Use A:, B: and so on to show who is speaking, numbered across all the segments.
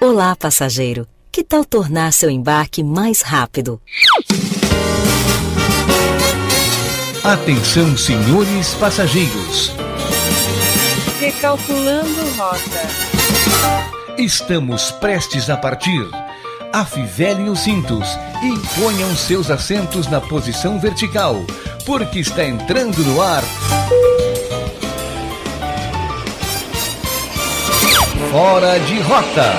A: Olá, passageiro. Que tal tornar seu embarque mais rápido?
B: Atenção, senhores passageiros.
C: Recalculando rota.
B: Estamos prestes a partir. Afivelem os cintos e ponham seus assentos na posição vertical, porque está entrando no ar. Fora de rota.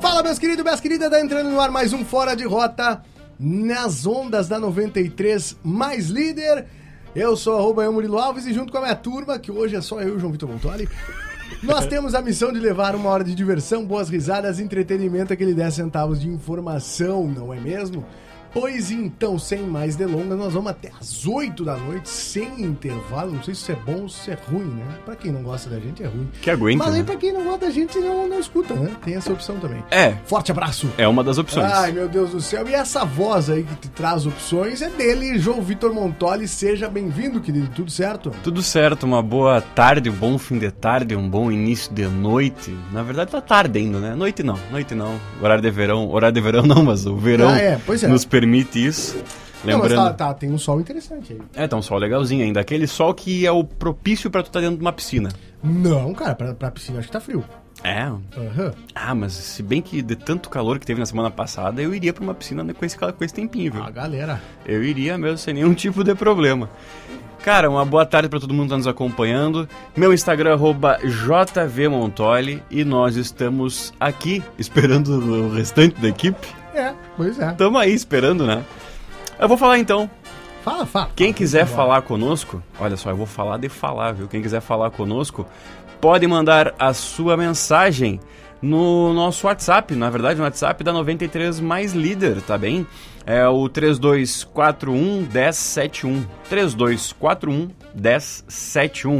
D: Fala, meus queridos, minhas queridas, tá entrando no ar mais um Fora de Rota nas ondas da 93 mais líder. Eu sou arroba eu, Murilo Alves e junto com a minha turma, que hoje é só eu e o João Vitor Montoli, nós temos a missão de levar uma hora de diversão, boas risadas, entretenimento, aquele 10 centavos de informação, não é mesmo? Pois então, sem mais delongas, nós vamos até as 8 da noite, sem intervalo. Não sei se isso é bom ou se é ruim, né? Pra quem não gosta da gente, é ruim.
E: Que aguenta,
D: Mas aí
E: né?
D: pra quem não gosta da gente, não, não escuta, né? Tem essa opção também.
E: É.
D: Forte abraço.
E: É uma das opções.
D: Ai, meu Deus do céu. E essa voz aí que te traz opções é dele, João Vitor Montoli. Seja bem-vindo, querido. Tudo certo?
E: Tudo certo, uma boa tarde, um bom fim de tarde, um bom início de noite. Na verdade tá tarde ainda, né? Noite não, noite não. Horário de verão, horário de verão não, mas o verão
D: Ah, é, pois é.
E: nos permite isso.
D: Não, mas
E: Lembrando.
D: tá, tá, tem um sol interessante aí.
E: É, tá um sol legalzinho ainda. Aquele sol que é o propício pra tu tá dentro de uma piscina.
D: Não, cara, pra, pra piscina acho que tá frio.
E: É.
D: Aham.
E: Ah, mas se bem que de tanto calor que teve na semana passada, eu iria pra uma piscina com esse, com esse tempinho, viu?
D: A galera.
E: Eu iria mesmo sem nenhum tipo de problema. Cara, uma boa tarde pra todo mundo que tá nos acompanhando. Meu Instagram é arroba jvmontoli e nós estamos aqui esperando o restante da equipe.
D: É, pois é.
E: Tamo aí esperando, né? Eu vou falar então.
D: Fala, fala.
E: Quem
D: Fala,
E: quiser
D: vamos
E: falar conosco, olha só, eu vou falar de falar, viu? Quem quiser falar conosco, pode mandar a sua mensagem no nosso WhatsApp, na verdade, no WhatsApp da 93 mais líder, tá bem? É o 3241 1071. 3241 1071.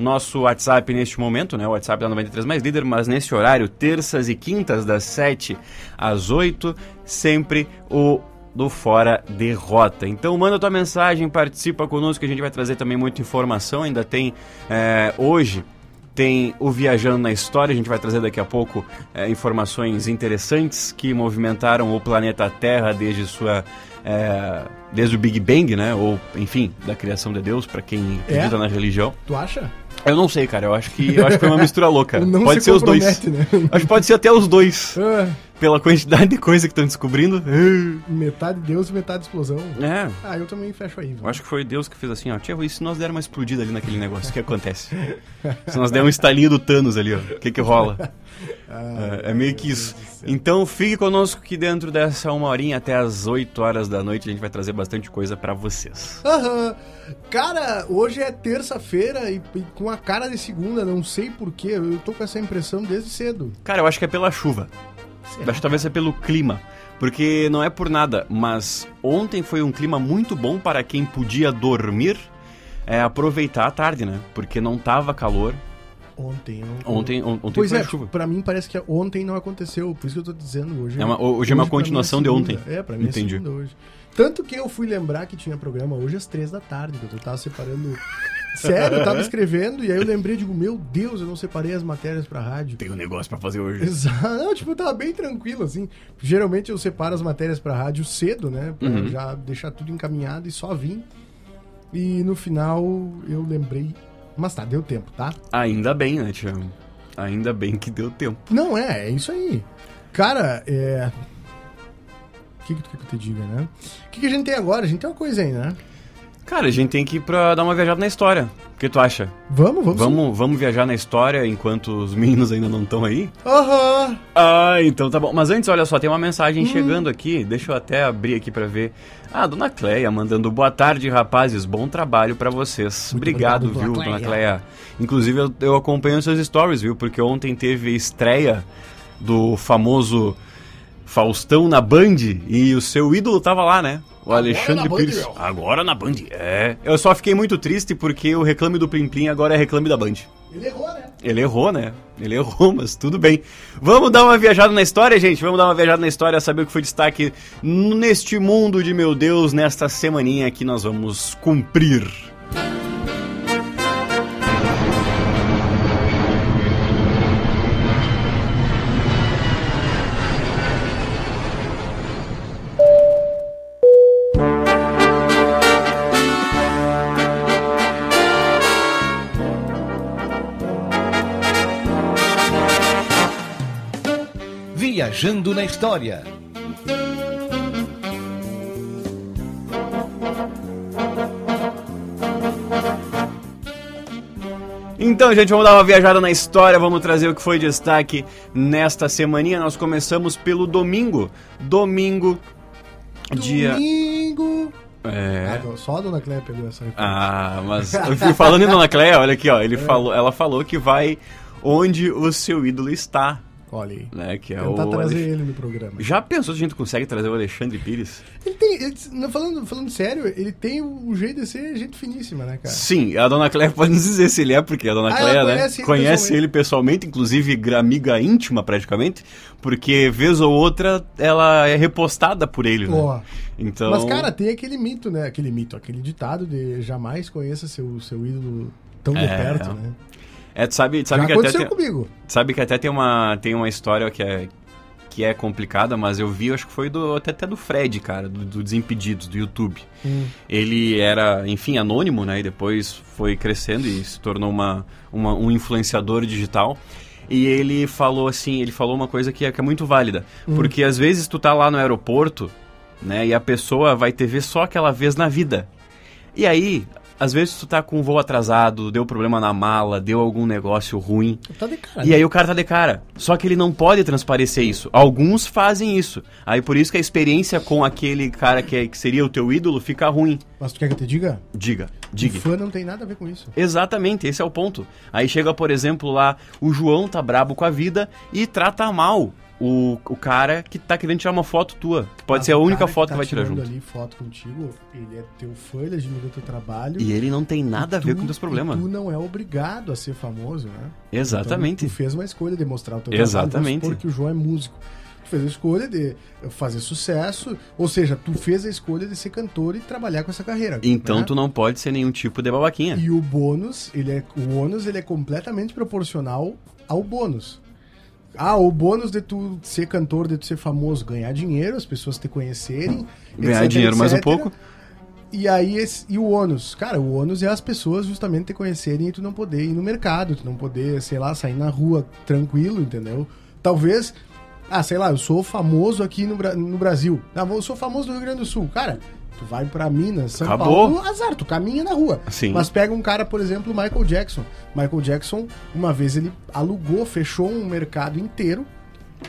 E: Nosso WhatsApp neste momento, né? O WhatsApp da 93 mais líder, mas nesse horário, terças e quintas, das 7 às 8, sempre o do Fora Derrota. Então manda tua mensagem, participa conosco que a gente vai trazer também muita informação. Ainda tem é, hoje tem o Viajando na História, a gente vai trazer daqui a pouco é, informações interessantes que movimentaram o planeta Terra desde sua é, desde o Big Bang, né? Ou enfim, da criação de Deus para quem
D: É?
E: acredita na religião.
D: Tu acha?
E: Eu não sei, cara. Eu acho que eu acho que foi uma mistura louca.
D: Não
E: pode
D: se
E: ser os dois.
D: compromete, né?
E: Acho que pode ser até os dois.
D: Ah,
E: Pela quantidade de coisa que estão descobrindo.
D: metade Deus e metade explosão.
E: É,
D: Ah, eu também fecho aí.
E: Eu acho que foi Deus que fez assim, ó. Tia, e se nós der uma explodida ali naquele negócio, o que acontece? Se nós der um estalinho do Thanos ali, ó, o que que rola?
D: Ah,
E: É, é meio que isso. Então fique conosco que dentro dessa uma horinha até as 8 horas da noite a gente vai trazer bastante coisa pra vocês.
D: Aham. Cara, hoje é terça-feira e, e com a cara de segunda, não sei porquê, eu tô com essa impressão desde cedo.
E: Cara, eu acho que é pela chuva. Acho que talvez é pelo clima. Porque não é por nada, mas ontem foi um clima muito bom para quem podia dormir, é, aproveitar a tarde, né? Porque não tava calor.
D: Ontem. eu-
E: Ontem, on- ontem
D: pois
E: foi
D: é,
E: chuva.
D: pra mim parece que ontem não aconteceu, por isso que eu tô dizendo hoje.
E: É uma- hoje é uma
D: pra mim
E: continuação de
D: segunda.
E: ontem.
D: É, pra mim
E: Entendi.
D: é segunda hoje. Tanto que eu fui lembrar que tinha programa hoje às três da tarde, que eu tava separando. Sério, eu tava escrevendo e aí eu lembrei, digo, meu Deus, eu não separei as matérias pra rádio.
E: Tem um negócio pra fazer hoje.
D: Exato. Não, tipo, eu tava bem tranquilo, assim. Geralmente eu separo as matérias pra rádio cedo, né? Pra
E: Uhum.
D: já deixar tudo encaminhado e só vim. E no final eu lembrei. Mas tá, deu tempo, tá?
E: Ainda bem, né, Tiago? Ainda bem que deu tempo.
D: Não, é, é isso aí. Cara, é. O que, que tu quer que eu te diga, né? O que, que a gente tem agora? A gente tem uma coisa aí, né?
E: Cara, a gente tem que ir pra dar uma viajada na história. O que tu acha?
D: Vamos, vamos.
E: Vamos, vamos viajar na história enquanto os meninos ainda não estão aí?
D: Aham.
E: Ah, então tá bom. Mas antes, olha só, tem uma
D: Hum.
E: mensagem chegando aqui. Deixa eu até abrir aqui pra ver. Ah, dona Cleia mandando boa tarde, rapazes. Bom trabalho pra vocês. obrigado,
D: obrigado,
E: viu,
D: dona
E: dona
D: Cleia.
E: Cleia. Inclusive, eu, eu acompanho os seus stories, viu? Porque ontem teve estreia do famoso Faustão na Band e o seu ídolo tava lá, né? O Alexandre
D: na Band,
E: Pires.
D: meu.
E: Agora na Band. É. Eu só fiquei muito triste porque o reclame do Plim Plim agora é reclame da Band.
D: Ele errou, né?
E: Ele errou, né? Ele errou, mas tudo bem. Vamos dar uma viajada na história, gente. Vamos dar uma viajada na história, saber o que foi destaque neste mundo de meu Deus, nesta semaninha que nós vamos cumprir.
B: Viajando na História.
E: Então, gente, vamos dar uma viajada na história, vamos trazer o que foi destaque nesta semaninha. Nós começamos pelo domingo. Domingo, dia.
D: Domingo.
E: É.
D: Ah, não, só a dona Cleia pegou essa referência.
E: Ah, mas eu fui falando em Dona Cleia, olha aqui, ó.
D: É.
E: Ele falou, ela falou que vai onde o seu ídolo está,
D: Olha aí.
E: né? Que é
D: Tentar
E: o.
D: trazer
E: Alex-
D: ele tá no programa.
E: Já pensou se a gente consegue trazer o Alexandre Pires?
D: Ele tem. ele- não, falando, falando sério, ele tem o jeito de ser gente finíssima, né, cara?
E: Sim, a Dona Cleia pode nos dizer se ele é, porque a Dona
D: Ah, ela
E: Cleia, né,
D: conhece
E: conhece,
D: ele
E: ele pessoalmente, inclusive gra- amiga íntima praticamente, porque vez ou outra ela é repostada por ele, né?
D: Ó.
E: Então,
D: Mas, cara, tem aquele mito, né? Aquele mito, aquele ditado de jamais conheça seu, seu ídolo tão de
E: É.
D: perto, né?
E: é, tu sabe, tu sabe
D: Já
E: que até
D: aconteceu
E: tem-
D: comigo.
E: Sabe que até tem uma, tem uma história que é, que é complicada, mas eu vi, acho que foi do, até, até do Fred, cara, do, do Desimpedidos, do YouTube. Ele era, enfim, anônimo, né? E depois foi crescendo e se tornou uma, uma- um influenciador digital. E ele falou assim, ele falou uma coisa que é, que é muito válida. Porque às vezes tu tá lá no aeroporto, né? E a pessoa vai te ver só aquela vez na vida. E aí, às vezes tu tá com um voo atrasado, deu problema na mala, deu algum negócio ruim.
D: Tá de cara.
E: E aí o cara tá de cara. Só que ele não pode transparecer isso. Alguns fazem isso. Aí por isso que a experiência com aquele cara que, é- que seria o teu ídolo fica ruim.
D: Mas tu quer que eu te diga?
E: Diga,
D: O
E: diga.
D: fã não tem nada a ver com isso.
E: Exatamente, esse é o ponto. Aí chega, por exemplo, lá, o João tá brabo com a vida e trata mal o, o cara que tá querendo tirar uma foto tua. Que pode
D: Mas
E: ser a
D: o
E: única
D: cara que
E: foto que,
D: tá
E: vai tirar
D: tirando
E: junto.
D: ali foto contigo, ele é teu fã, ele admira teu trabalho.
E: E ele não tem nada a ver
D: Tu-
E: com os teus problemas.
D: e Tu não é obrigado a ser famoso, né?
E: Exatamente.
D: Então, tu fez uma escolha de mostrar o teu
E: Exatamente.
D: Porque o João é músico. Tu fez a escolha de fazer sucesso, ou seja, tu fez a escolha de ser cantor e trabalhar com essa carreira.
E: Então
D: né?
E: tu não pode ser nenhum tipo de babaquinha.
D: E o bônus, ele é o ônus, ele é completamente proporcional ao bônus. Ah, o bônus de tu ser cantor, de tu ser famoso, ganhar dinheiro, as pessoas te conhecerem.
E: Ganhar
D: etc,
E: dinheiro mais um
D: etc.
E: pouco.
D: E aí, esse- e o ônus? Cara, o ônus é as pessoas justamente te conhecerem e tu não poder ir no mercado, tu não poder, sei lá, sair na rua tranquilo, entendeu? Talvez, ah, sei lá, eu sou famoso aqui no, Bra- no Brasil. Ah, eu sou famoso no Rio Grande do Sul. Cara, tu vai pra Minas, São
E: Acabou.
D: Paulo, azar, tu caminha na rua.
E: Sim.
D: Mas pega um cara, por exemplo, o Michael Jackson. Michael Jackson, uma vez ele alugou, fechou um mercado inteiro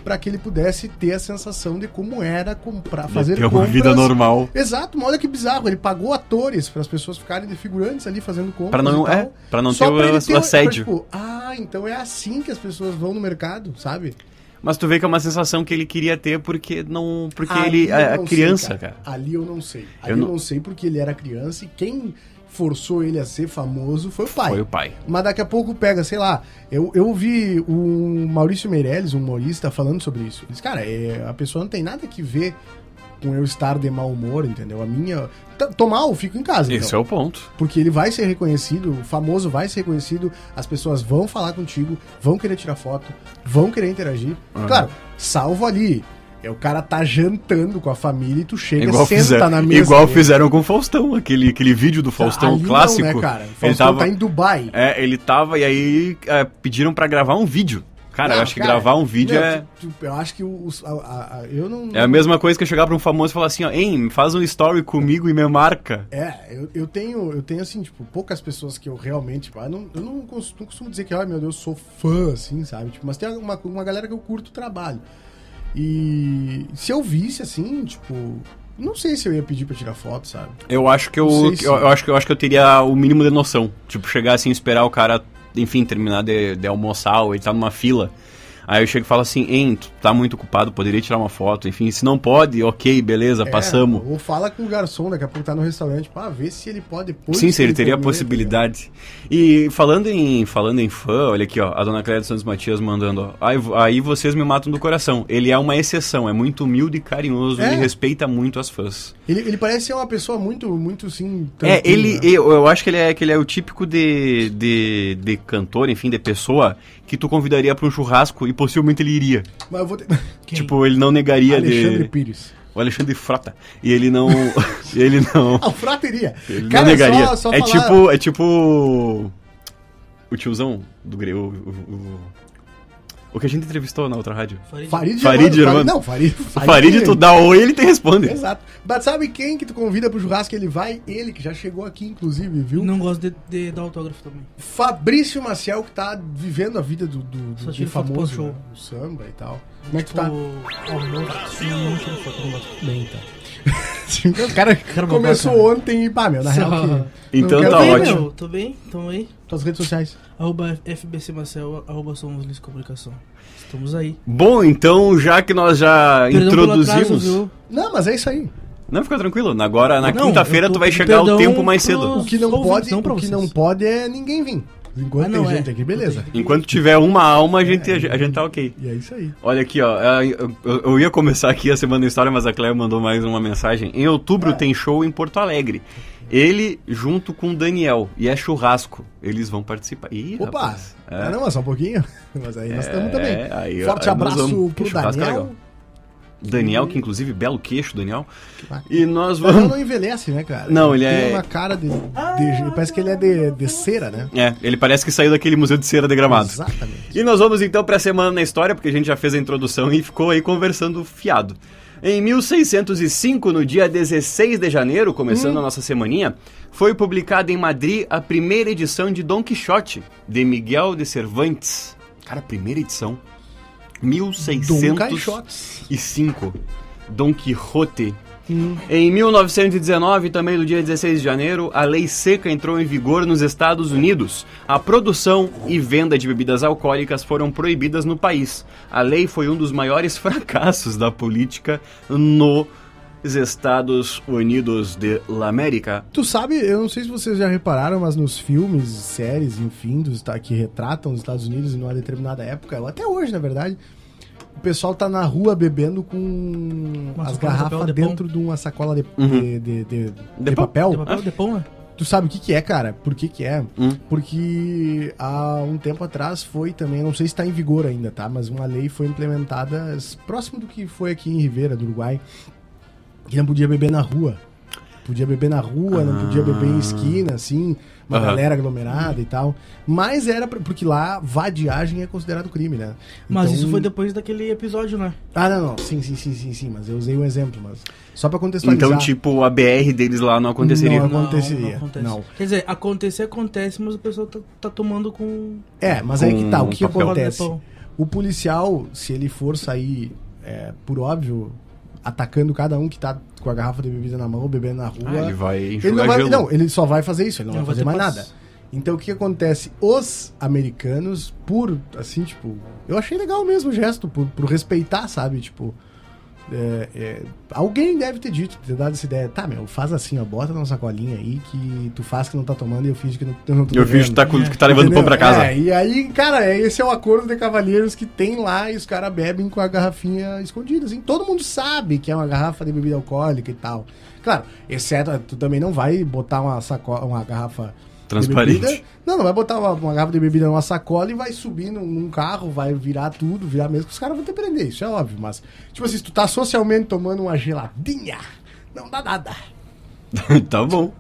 D: pra que ele pudesse ter a sensação de como era comprar, fazer
E: ter uma
D: compras.
E: vida normal.
D: Exato, mas olha que bizarro, ele pagou atores para as pessoas ficarem de figurantes ali fazendo compras
E: Pra não-
D: e tal.
E: é, pra não
D: Só
E: ter o-
D: ele
E: o assédio.
D: pra, tipo, ah, então é assim que as pessoas vão no mercado, sabe?
E: Mas tu vê que é uma sensação que ele queria ter porque não. Porque
D: Ali
E: ele.
D: eu
E: A, a
D: não sei,
E: criança, cara.
D: Ali eu não sei. Ali eu
E: Eu
D: não...
E: não-
D: sei porque ele era criança e quem forçou ele a ser famoso foi o pai.
E: Foi o pai.
D: Mas daqui a pouco pega, sei lá, eu, eu ouvi o Maurício Meirelles, um humorista, falando sobre isso. Diz, cara, é, a pessoa não tem nada que ver com eu estar de mau humor, entendeu? A minha. Tá- Tô mal, fico em casa. então.
E: Esse é o ponto.
D: Porque ele vai ser reconhecido, o famoso vai ser reconhecido, as pessoas vão falar contigo, vão querer tirar foto, vão querer interagir. Claro, salvo ali. É o cara tá jantando com a família e tu chega e
E: É Igual,
D: senta
E: fizeram,
D: na mesa.
E: igual
D: dele.
E: fizeram com o Faustão, aquele, aquele vídeo do Faustão um
D: Ali não,
E: clássico.
D: né, cara? O
E: ele
D: Faustão
E: tava,
D: tá em Dubai.
E: é, ele tava e aí é, pediram pra gravar um vídeo. Cara, eu acho que gravar um vídeo
D: meu,
E: é.
D: tu- tu- eu acho que os. a- a- a- eu não.
E: É a mesma coisa que eu chegar pra um famoso e falar assim, ó, hein, faz um story comigo e me marca.
D: É, eu, eu tenho, eu tenho assim, tipo, poucas pessoas que eu realmente, tipo, eu não, eu não, cons- não costumo dizer que, ai meu Deus, eu sou fã, assim, sabe? Tipo, mas tem uma, uma galera que eu curto o trabalho. E se eu visse, assim, tipo, não sei se eu ia pedir pra tirar foto, sabe?
E: Eu acho que eu,
D: Não sei se-
E: eu, eu acho que eu acho que eu teria o mínimo de noção. Tipo, chegar assim, esperar o cara, enfim, terminar de, de almoçar, ou ele tá numa fila. Aí eu chego e falo assim, hein, tu tá muito ocupado, poderia tirar uma foto, enfim, se não pode, ok, beleza, Ah, passamos.
D: É, ou fala com o garçom, daqui a pouco tá no restaurante, pra ver se ele pode depois. tá
E: Sim,
D: que
E: se ele teria a
D: terminar,
E: possibilidade. E falando em, falando em fã, olha aqui, ó, a dona Clélia dos Santos Matias mandando, ó, aí, vo- aí vocês me matam do coração. Ele é uma exceção, é muito humilde e carinhoso
D: É.
E: e respeita muito as fãs.
D: entendeu? Ele, ele parece ser uma pessoa muito, muito, assim.
E: É,
D: tranquila,
E: ele,
D: né?
E: eu, eu acho que ele é, que ele é o típico de, de, de cantor, enfim, de pessoa que tu convidaria pra um churrasco e possivelmente ele iria.
D: Mas eu vou ter.
E: Tipo, ele não negaria
D: Alexandre
E: de.
D: Pires.
E: O Alexandre Frota. E ele não. e ele não.
D: Ah, o frateria.
E: Ele
D: Cara,
E: não negaria.
D: só- só
E: é
D: falar-
E: tipo. É tipo. O tiozão do Greu. O, o, o que a gente entrevistou na outra rádio.
D: Farid
E: Farid
D: Germano.
E: Germano.
D: Não, Farid.
E: O Farid, tu dá oi ele te responde.
D: Exato. Mas sabe quem que tu convida pro churrasco? Ele vai, ele que já chegou aqui, inclusive, viu?
C: Não gosto de, de dar autógrafo também.
D: Fabrício Maciel, que tá vivendo a vida do, do, do
C: Só
D: de
C: tira foto
D: famoso
C: pro show.
D: né? O samba e tal. Como é que tu tá?
C: Bem, então. Tipo,
D: o cara
C: é
D: começou
C: né?
D: ontem e, pá, meu, na
C: Só-
D: real que...
E: Então
D: Não
E: tá
D: quero ver,
E: ótimo.
C: Tô bem, tamo aí.
D: Tuas redes sociais.
C: Arroba FBC Marcel, arroba Somos Luiz Comunicação. Estamos aí.
E: Bom, então já que nós já introduzimos.
D: Não, mas é isso aí.
E: Não, fica tranquilo. Agora, na
C: Não,
E: quinta-feira,
C: eu
E: tu
C: tô
E: vai
C: pedindo
E: chegar o
C: perdão
E: tempo mais
C: pro-
E: cedo.
D: O que não
C: Só ouvintes,
D: pode,
C: não pra
D: o que
C: vocês.
D: não pode é ninguém vir. Enquanto
C: Ah, não,
D: tem
C: é.
D: gente aqui, beleza.
E: Enquanto tiver uma alma, a gente, a gente tá ok.
D: E é isso aí.
E: Olha aqui, ó. é, Eu, eu ia começar aqui a semana da história, mas a Cléo mandou mais uma mensagem. Em outubro tem show em Porto Alegre. Ele junto com o Daniel. E é churrasco. Eles vão participar. Ih,
D: Opa!
E: rapaz. É.
D: Ah, não, mas só um pouquinho. Mas aí nós estamos também.
E: aí,
D: Forte
E: aí nós
D: abraço
E: vamos.
D: pro
E: Churrasco é
D: Daniel.
E: legal. Daniel, que inclusive belo queixo, Daniel.
D: bacana.
E: E nós
D: Daniel
E: vamos.
D: não envelhece, né, cara?
E: Não, ele
D: Tem
E: é-
D: uma cara de.
C: Ah.
D: de- parece que ele é de, de cera, né?
E: É, ele parece que saiu daquele museu de cera degramado.
D: Exatamente.
E: E nós vamos então para a semana na história, porque a gente já fez a introdução e ficou aí conversando fiado. Em 1605, no dia 16 de janeiro, começando a nossa semaninha, foi publicada em Madrid a primeira edição de Dom Quixote, de Miguel de Cervantes. Cara, primeira edição.
D: Dom
E: 1605.
D: Caixotes.
E: Dom Quixote. Em 1919, também no dia 16 de janeiro, a lei seca entrou em vigor nos Estados Unidos. A produção e venda de bebidas alcoólicas foram proibidas no país. A lei foi um dos maiores fracassos da política nos Estados Unidos de la América.
D: Tu sabe, eu não sei se vocês já repararam, mas nos filmes, séries, enfim, dos, tá, que retratam os Estados Unidos em uma determinada época, ou até hoje, na verdade, o pessoal tá na rua bebendo com
C: Uma
D: as
C: sacola de
D: garrafas
C: papel de
D: dentro de uma sacola de,
E: Uhum.
D: de, de- de- de
E: pa-
D: papel.
C: De papel de pão, né?
D: Tu sabe o que que é, cara? Por que que é?
E: Hum.
D: Porque há um tempo atrás foi também, não sei se está em vigor ainda, tá? Mas uma lei foi implementada s- próximo do que foi aqui em Rivera, do Uruguai, que não podia beber na rua. Podia beber na rua, não podia beber em esquina, assim, uma
E: Ah. Aham.
D: galera aglomerada e tal. Mas era pra- porque lá vadiagem é considerado crime, né?
C: Mas
D: Então-
C: isso foi depois daquele episódio, né?
D: Ah, não, não. Sim, sim, sim, sim, sim. Mas eu usei um exemplo, mas só pra contextualizar.
E: Então, tipo, a BR deles lá não aconteceria.
D: Não aconteceria,
C: acontece.
D: não.
C: Quer dizer, acontecer acontece, mas o pessoal tá, tá tomando com.
D: É, mas aí que tá, o que
E: Com papel.
D: acontece?
C: Papel.
D: O policial, se ele for sair, é, por óbvio, atacando cada um que tá com a garrafa de bebida na mão, bebendo na rua.
E: Ah, ele vai
D: ele
E: enxugar
D: não vai,
E: gelo.
D: não, ele só vai fazer isso, ele não,
C: Não
D: vai
C: vai
D: fazer
C: ter
D: mais
C: pass-
D: nada. Então o que acontece? Os americanos, por assim, tipo, eu achei legal mesmo o gesto, por, por respeitar, sabe? Tipo, é, é, alguém deve ter dito, ter dado essa ideia. Tá, meu, faz assim, ó, bota na sacolinha aí que tu faz que não tá tomando e eu finge que não, eu não tô
E: Eu vi que
D: bebendo.
E: tá, com- que tá levando
D: É. Entendeu?
E: pão pra casa.
D: É, e aí, cara, é- esse é o acordo de cavalheiros que tem lá e os caras bebem com a garrafinha escondida. Assim. Todo mundo sabe que é uma garrafa de bebida alcoólica e tal. Claro, exceto, tu também não vai botar uma, sacola, uma garrafa. de
E: Transparente.
D: bebida. Não, não vai botar uma, uma garrafa de bebida numa sacola e vai subir num, num carro, vai virar tudo, virar mesmo, que os caras vão te prender, isso é óbvio. Mas, tipo assim, se tu tá socialmente tomando uma geladinha, não dá nada.
E: tá bom.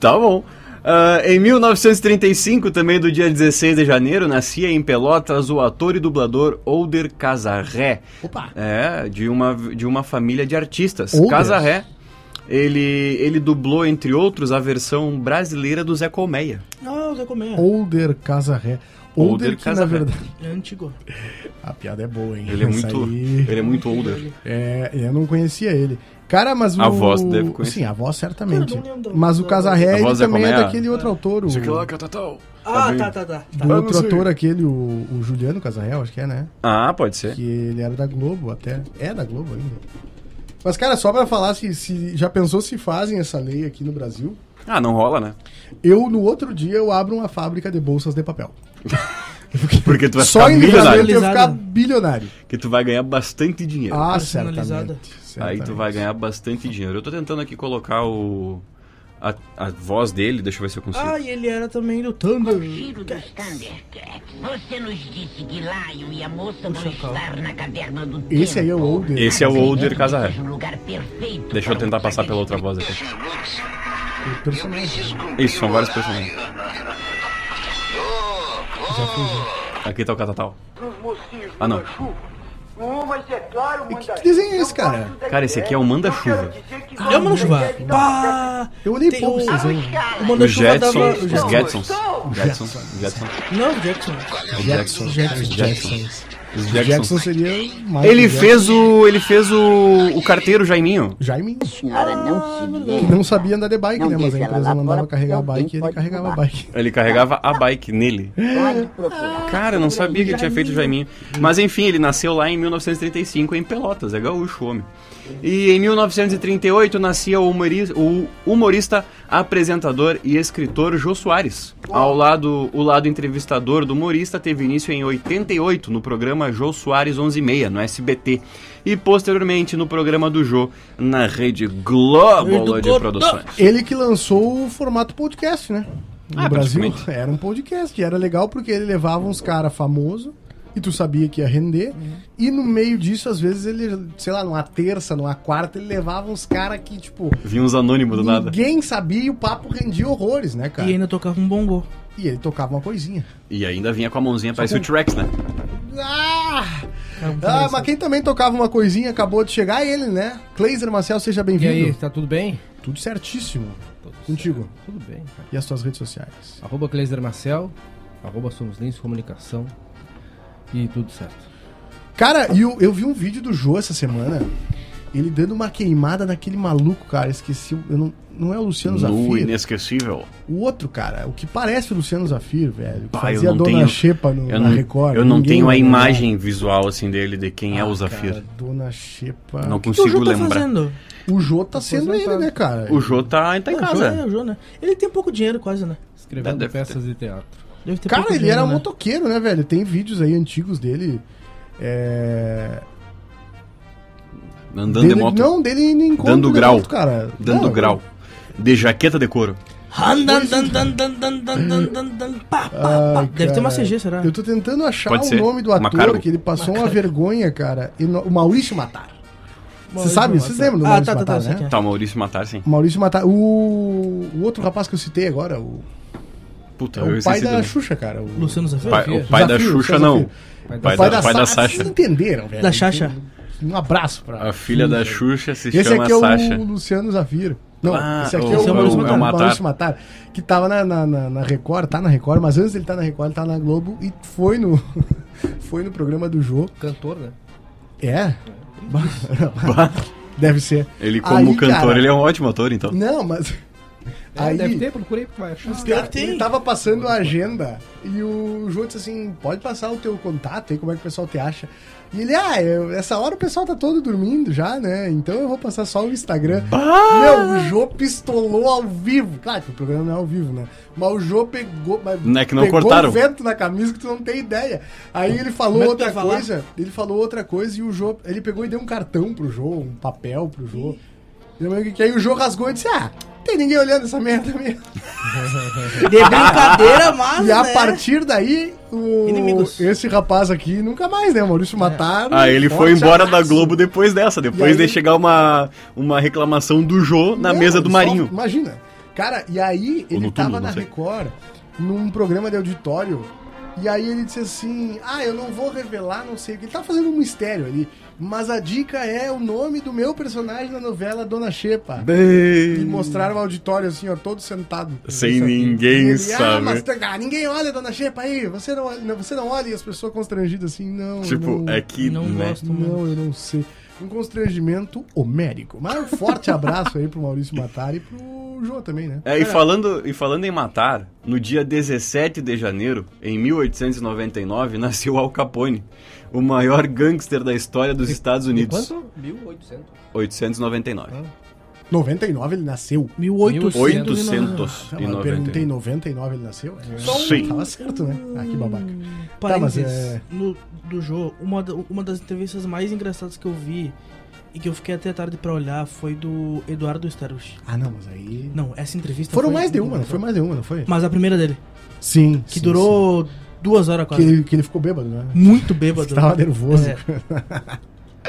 E: Tá bom. Ah, em 1935, também do dia 16 de janeiro, nascia em Pelotas o ator e dublador Older Casarré.
D: Opa!
E: É, de uma, de uma família de artistas.
D: Older.
E: Casarré, ele, ele dublou, entre outros, a versão brasileira do Zé Colmeia.
C: Não, Zé Ah, Comer.
D: Older Casa Ré.
E: Older
D: Older, que
E: Casa
D: na
E: Ré.
D: verdade.
C: É antigo.
D: A piada é boa, hein?
E: Ele é
D: Essa
E: muito,
D: aí-
E: ele é muito older.
D: É, eu não conhecia ele. Cara, mas o...
E: A voz deve conhecer.
D: Sim, a voz certamente.
C: Cara, eu não lembro da-
D: mas o
C: da-
D: Casarré,
E: A
D: ele
E: voz é
D: também é
E: como é?
D: daquele outro autor, o...
C: Ah,
E: bem.
C: tá, tá, tá. tá.
D: Do
E: não
D: outro
E: sei.
D: ator aquele, o, o Juliano Casarré, eu acho que é, né?
E: Ah, pode ser.
D: Que ele era da Globo até. É da Globo ainda. Mas, cara, só pra falar, se, se já pensou se fazem essa lei aqui no Brasil?
E: Ah, não rola, né?
D: Eu, no outro dia, eu abro uma fábrica de bolsas de papel.
E: Porque tu vai
D: Só
E: ficar
D: em
E: milionário.
D: Livramento eu
C: Personalizada.
D: ficar bilionário.
E: Que tu vai ganhar bastante dinheiro.
D: Ah,
C: Personalizada.
D: certamente.
E: Aí
D: certamente.
E: tu vai ganhar bastante dinheiro. Eu tô tentando aqui colocar o. A, a voz dele, deixa eu ver se eu consigo.
C: Ah, e ele era também do Thunder.
F: Giro dos Thundercats. Você nos disse que Lion e a moça vão
C: Chacal.
F: estar na caverna do tempo.
D: Esse aí é o Older.
E: Esse é o Older Casarré.
F: Um lugar perfeito
E: Deixa eu
F: para
E: tentar
F: um
E: passar pela outra voz aqui.
D: o person-
E: Isso, são vários personagens. Aqui tá o Catatal. Ah, não.
D: E Que, que desenho é esse, cara?
E: Cara, esse aqui é o Manda-Chuva.
C: É o Mano Chuva. Pá!
D: Eu olhei
C: Tem
D: pouco
C: o-
D: esse desenho.
C: O Mano
E: Os
C: Chuva
E: Jetsons.
C: dava.
E: Os Jetsons. Jetsons. Jetsons.
C: Não, o Jackson.
E: Os Jetsons.
D: Jackson.
E: Os
D: Jackson.
E: Jetsons. né?
D: seria mais.
E: É
D: um
E: Ele fez o. Ele fez o. O carteiro Jaiminho.
D: Jaime
F: senhora
E: Ah,
F: não se
D: que não sabia andar de bike,
F: Não
D: né? Mas a
F: deixa ela
D: empresa
F: lá
D: mandava
F: fora,
D: carregar a
F: alguém
D: bike e ele
F: pode
D: carregava a
F: roubar.
D: bike.
E: Ele carregava a bike nele.
F: Pode procurar.
E: Cara, eu não sabia que ele tinha feito o Jaiminho. Mas enfim, ele nasceu lá em 1935 em Pelotas, é gaúcho, homem. E em 1938 nascia o humorista, o humorista, apresentador e escritor Jô Soares. Ao lado, o lado entrevistador do humorista teve início em 88 no programa Jô Soares 11:30 no SBT e posteriormente no programa do Jô na Rede
C: Rede
E: Globo de
C: Globo.
E: Produções.
D: Ele que lançou o formato podcast, né? No
E: Ah,
D: Brasil
E: praticamente.
D: era um podcast. e Era legal porque ele levava uns caras famosos e tu sabia que ia render. E no meio disso, às vezes, ele, sei lá, numa terça, numa quarta, ele levava uns caras que, tipo,
E: Vi uns anônimos do nada.
D: ninguém sabia e o papo rendia horrores, né, cara?
C: E
D: E,
C: ainda tocava um bongo.
D: ele tocava uma coisinha.
E: E ainda vinha com a mãozinha, parecia o T-Rex, né?
D: é Ah!
C: Era um
D: Ah,
C: cara
D: mas quem também tocava uma coisinha acabou de chegar é ele, né? Cleiser Marcel, seja
G: E aí,
D: bem-vindo.
G: tá tudo bem?
D: Tudo certíssimo.
G: Tudo certo.
D: Contigo.
G: Tudo bem, cara.
D: E as tuas redes sociais?
G: Arroba Cleiser Marcel, arroba Somos Lins Comunicação e tudo certo.
D: Cara, e eu, eu vi um vídeo do Jô essa semana. Ele dando uma queimada naquele maluco, cara. Esqueci. o- Eu não, não é o Luciano
E: No
D: Zafir.
E: inesquecível.
D: O outro, cara. O que parece o Luciano Zafir, velho. Que
E: Ah,
D: fazia a
E: eu não
D: Dona
E: tenho-
D: Xepa no,
E: Eu
D: na
E: não,
D: Record.
E: eu não
D: Ninguém
E: tenho a
D: vai lembrar. Ah,
E: imagem visual assim dele de quem é o Zafir.
D: Cara, Dona Xepa.
E: não
C: O que o
E: consigo
C: Jô tá
E: lembrar.
C: fazendo?
D: O Jô tá sendo ele,
G: aposentado.
D: né, cara?
E: O Jô tá, tá em
C: Ah, o Jô é
E: casa.
C: o Jô, né? Ele tem pouco dinheiro quase, né?
G: Escrevendo
E: Deve ter.
G: peças de teatro.
C: Deve ter
D: Cara,
C: pouco
D: ele
C: dinheiro,
D: era
C: né?
D: motoqueiro, né, velho? Tem vídeos aí antigos dele. É...
E: Andando
D: dele
E: de moto.
D: Não, dele em encontro.
E: Dando
D: de
E: grau.
D: moto, cara.
E: Dando
D: Não,
E: grau. De jaqueta de couro.
C: Andan, dan, dan, dan, dan, dan, dan, dan, dan, pá, pá, pá.
D: Ai,
C: Deve ter uma
D: cara.
C: CG, será?
D: é, Eu tô tentando achar
E: Pode
D: o
E: ser.
D: nome do ator,
E: Macargo.
D: que ele passou uma vergonha, cara. eno- O Maurício Matar. Você
C: Maurício
D: sabe?
C: Matar.
D: Vocês lembram do
C: Ah,
D: Maurício
C: tá, tá, tá,
D: Matar,
C: sei
D: né?
C: quem é.
E: Tá, o Maurício Matar, sim.
D: O Maurício Matar. O... o outro rapaz que eu citei agora, o,
E: Puta,
D: é o
E: eu
D: pai
E: esqueci
D: da
E: dele.
D: Xuxa, cara. O...
C: Luciano Zafir?
E: Pai- o pai da
D: Zafir,
E: Xuxa,
D: Zafir.
E: não.
G: Pai
E: Pai
G: da...
E: da- pai da Sasha.
D: Vocês entenderam, velho.
C: Da Xaxa.
D: Um abraço pra.
E: A filha da Xuxa se
D: Esse
E: chama
D: aqui é o
E: Sasha.
D: Luciano Zafir. Não,
E: Ah,
D: esse aqui
E: o-
D: é o,
C: é
D: Maurício,
C: o Maurício
D: Matar,
E: Matar.
D: Maurício Matar, que tava na, na, na- na Record, tá na Record, mas antes ele tá na Record, ele tá na Globo e foi no, foi no programa do Jô.
G: Cantor, né?
D: É? Deve ser.
E: Ele, como
D: Aí,
E: cantor,
D: cara,
E: ele é um ótimo ator, então.
D: Não, mas...
G: É,
D: aí,
G: Deve ter, procurei porque vai achar.
D: cara,
C: tem.
D: ele tava passando a agenda e o João disse assim, pode passar o teu contato aí, como é que o pessoal te acha. E ele, ah, eu- essa hora o pessoal tá todo dormindo já, né? Então eu vou passar só o Instagram. Meu, o Jô pistolou ao vivo. Claro que o programa não é ao vivo, né? Mas o Jô pegou... Mas
E: Não é que não
D: pegou
E: cortaram.
D: o vento na camisa que tu não tem ideia. Aí ele falou
C: Como é que tu
D: outra
C: vai falar?
D: coisa, ele falou outra coisa e o Jô... Ele pegou e deu um cartão pro Jô, um papel pro Jô. Eu lembro que aí o Jô rasgou e disse, ah, tem ninguém olhando essa merda mesmo.
C: De brincadeira, mas,
D: E a
C: né?
D: partir daí, o...
C: Inimigos.
D: esse rapaz aqui nunca mais, né? Maurício Matar.
E: Ah, ele foi
D: forte
E: embora da
D: abraço.
E: Globo depois dessa,
D: é E aí
E: depois de
D: ele-
E: chegar uma, uma reclamação do Jô na
D: Não,
E: mesa do
D: ele
E: Marinho.
D: só- imagina. Cara, e aí ele
E: no
D: tava
E: túmulo,
D: na
E: não sei.
D: Record, num programa de auditório, e aí ele disse assim: Ah, eu não vou revelar, não sei o que. Ele tava fazendo um mistério ali, mas a dica é o nome do meu personagem na novela Dona Xepa. E mostraram o auditório assim, ó, todo sentado.
E: Sem
D: E
E: ninguém
D: ele, Ah,
E: sabe.
D: mas ah, ninguém olha, Dona Xepa aí, você não, não- você não olha e as pessoas constrangidas assim, não.
E: Tipo,
D: não,
E: é que.
C: não
E: né?
C: gosto.
D: Não, eu não sei. Um constrangimento homérico. Mas um forte abraço aí pro Maurício Matar e pro João também, né?
E: É, e, falando, e falando em matar, no dia 17 de janeiro, em 1899, nasceu Al Capone, o maior gangster da história dos Estados Unidos.
G: Quanto? 1800.
E: 899.
D: 99 ele nasceu.
E: 800
D: Ah,
E: e um
D: mas eu perguntei em 99
E: 99.
D: ele nasceu? É.
E: Sim.
D: Tava certo, né? Ah, que babaca. Tá, mas
C: Parênteses,
D: é...
C: no, do Jô, uma, da- uma das entrevistas mais engraçadas que eu vi e que eu fiquei até tarde pra olhar foi do Eduardo Sterlich.
D: Ah, não, mas aí...
C: Não, essa entrevista
D: Foram
C: foi-
D: mais de uma, não foi né? mais de uma, não foi?
C: Mas a primeira dele,
D: Sim.
C: que
D: sim,
C: durou duas horas
D: sim.
C: quase.
D: Que, ele- que ele ficou bêbado, né?
C: Muito bêbado.
D: Tava nervoso. Ah.
C: É.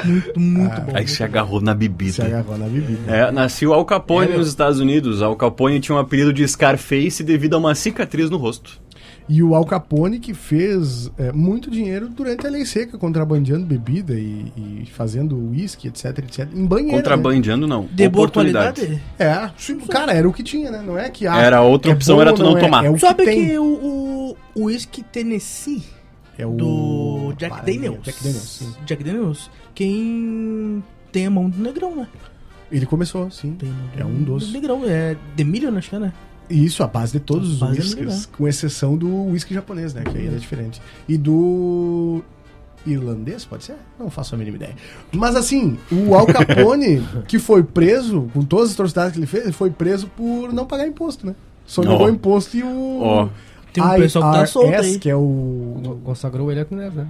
C: Muito, muito bom.
E: Aí se agarrou na
D: Se
E: bebida.
D: agarrou na bebida.
E: É, nasceu Al Capone
D: É,
E: nos Estados Unidos. Al Capone tinha um apelido de Scarface devido a uma cicatriz no rosto.
D: E o Al Capone que fez é, muito dinheiro durante a lei seca, contrabandeando bebida e, e fazendo uísque, etc, etc. Em banheiro. né?
E: Contrabandeando, não.
C: De boa
E: Oportunidade.
C: qualidade.
D: É, sim, cara, era o que tinha, né? Não é que ah,
E: Era a outra
D: é
E: opção,
D: bom
E: era
D: ou
E: tu não
D: é,
E: tomar.
D: É, o
C: Sabe
D: que, tem.
C: que o, o, o whisky Tennessee
D: é o
C: do Jack
D: Parada,
C: Daniels.
D: Jack Daniels, sim.
C: Jack Daniels, Quem tem a mão do negrão, né?
D: Ele começou, sim.
C: Tem a mão do
D: É um dos.
C: do negrão, é The Million, acho que é, né?
D: E isso, a base de todos os
C: A base é
D: whiskies,
C: melhor. Uhum.
D: com exceção do whisky japonês, né? Que aí ele é diferente. E do. Irlandês, pode ser? Não faço a mínima ideia. Mas assim, o Al Capone, que foi preso, com todas as atrocidades que ele fez, ele foi preso por não pagar imposto, né? Só negou
E: Ó.
D: imposto e o.
E: Ó.
C: Tem um pessoal que tá
D: IRS,
C: solto aí.
D: que é o.
G: Consagrou o Eliac Neves, né?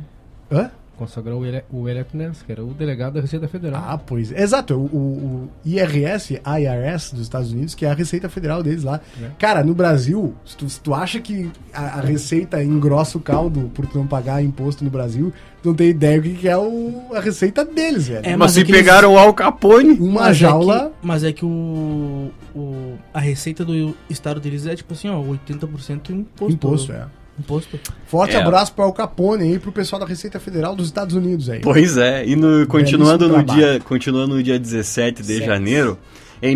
D: Hã?
G: Consagrou o Ele- o Eliac Neves, que era o delegado da Receita Federal.
D: Ah, pois. é. Exato, o, o- o IRS, IRS dos Estados Unidos, que é a Receita Federal deles lá.
G: É.
D: Cara, no Brasil, se tu, se tu acha que a, a Receita engrossa o caldo por tu não pagar imposto no Brasil, tu não tem ideia do que, que é o- a Receita deles, velho.
C: É,
E: Mas se
C: aqueles-
E: pegaram o Al Capone.
D: Uma
C: Mas é
D: jaula.
C: que- mas é que o, o- A receita do estado deles é tipo assim, ó, 80% imposto. né?
D: Imposto, é.
C: Imposto.
D: Forte
E: É.
D: abraço para o Capone aí, pro pessoal da Receita Federal dos Estados Unidos aí.
E: Pois é, e no- continuando, no
D: trabalho.
E: dia, continuando no dia 17 de janeiro, em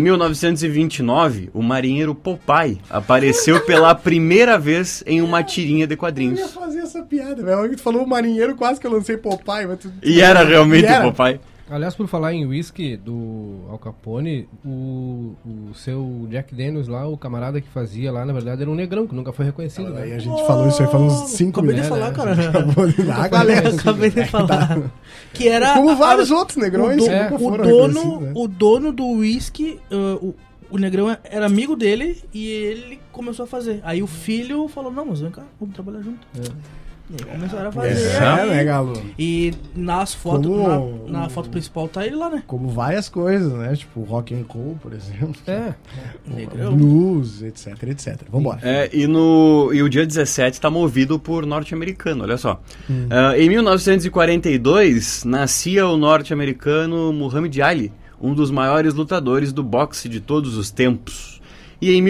E: 1929, o marinheiro Popeye apareceu pela primeira vez em uma tirinha de
D: Eu ia
E: quadrinhos.
D: fazer essa piada, velho. Tu falou o marinheiro, quase que eu lancei Popeye, mas tu...
E: E era realmente
D: E era.
E: o Popeye.
G: Aliás, por falar em whisky do Al Capone, o, o seu Jack Daniels lá, o camarada que fazia lá, na verdade, era um negrão que nunca foi reconhecido.
D: Aí
G: Né?
D: a gente falou isso aí, falou uns 5
C: Acabei
D: minutos.
C: de falar,
G: né?
D: A
C: cara. Galera,
D: Ah, galera. né?
C: acabei de falar. Que
D: É
C: era.
D: tá Como
C: a-
D: vários
C: a-
D: outros negrões.
C: o, do-
D: que nunca
C: o
D: foram
C: dono,
D: reconhecidos, né?
C: o dono do whisky, ah, o, o negrão era amigo dele e ele começou a fazer. Aí o filho falou: Não, mas vem cá, vamos trabalhar junto. E aí começaram a fazer.
D: É, né,
C: aí-
D: Galo?
C: E nas fotos,
D: Como- um-
C: na, na foto principal tá ele lá, né?
D: Como várias coisas, né? Tipo, rock and roll, por exemplo.
G: É,
C: Negrão.
D: Blues, etc, etc. Vambora.
E: É, e, no, e o dia 17 está movido por norte-americano, olha só.
D: Hum.
E: Ah, em 1942, nascia o norte-americano Muhammad Ali, um dos maiores lutadores do boxe de todos os tempos. E em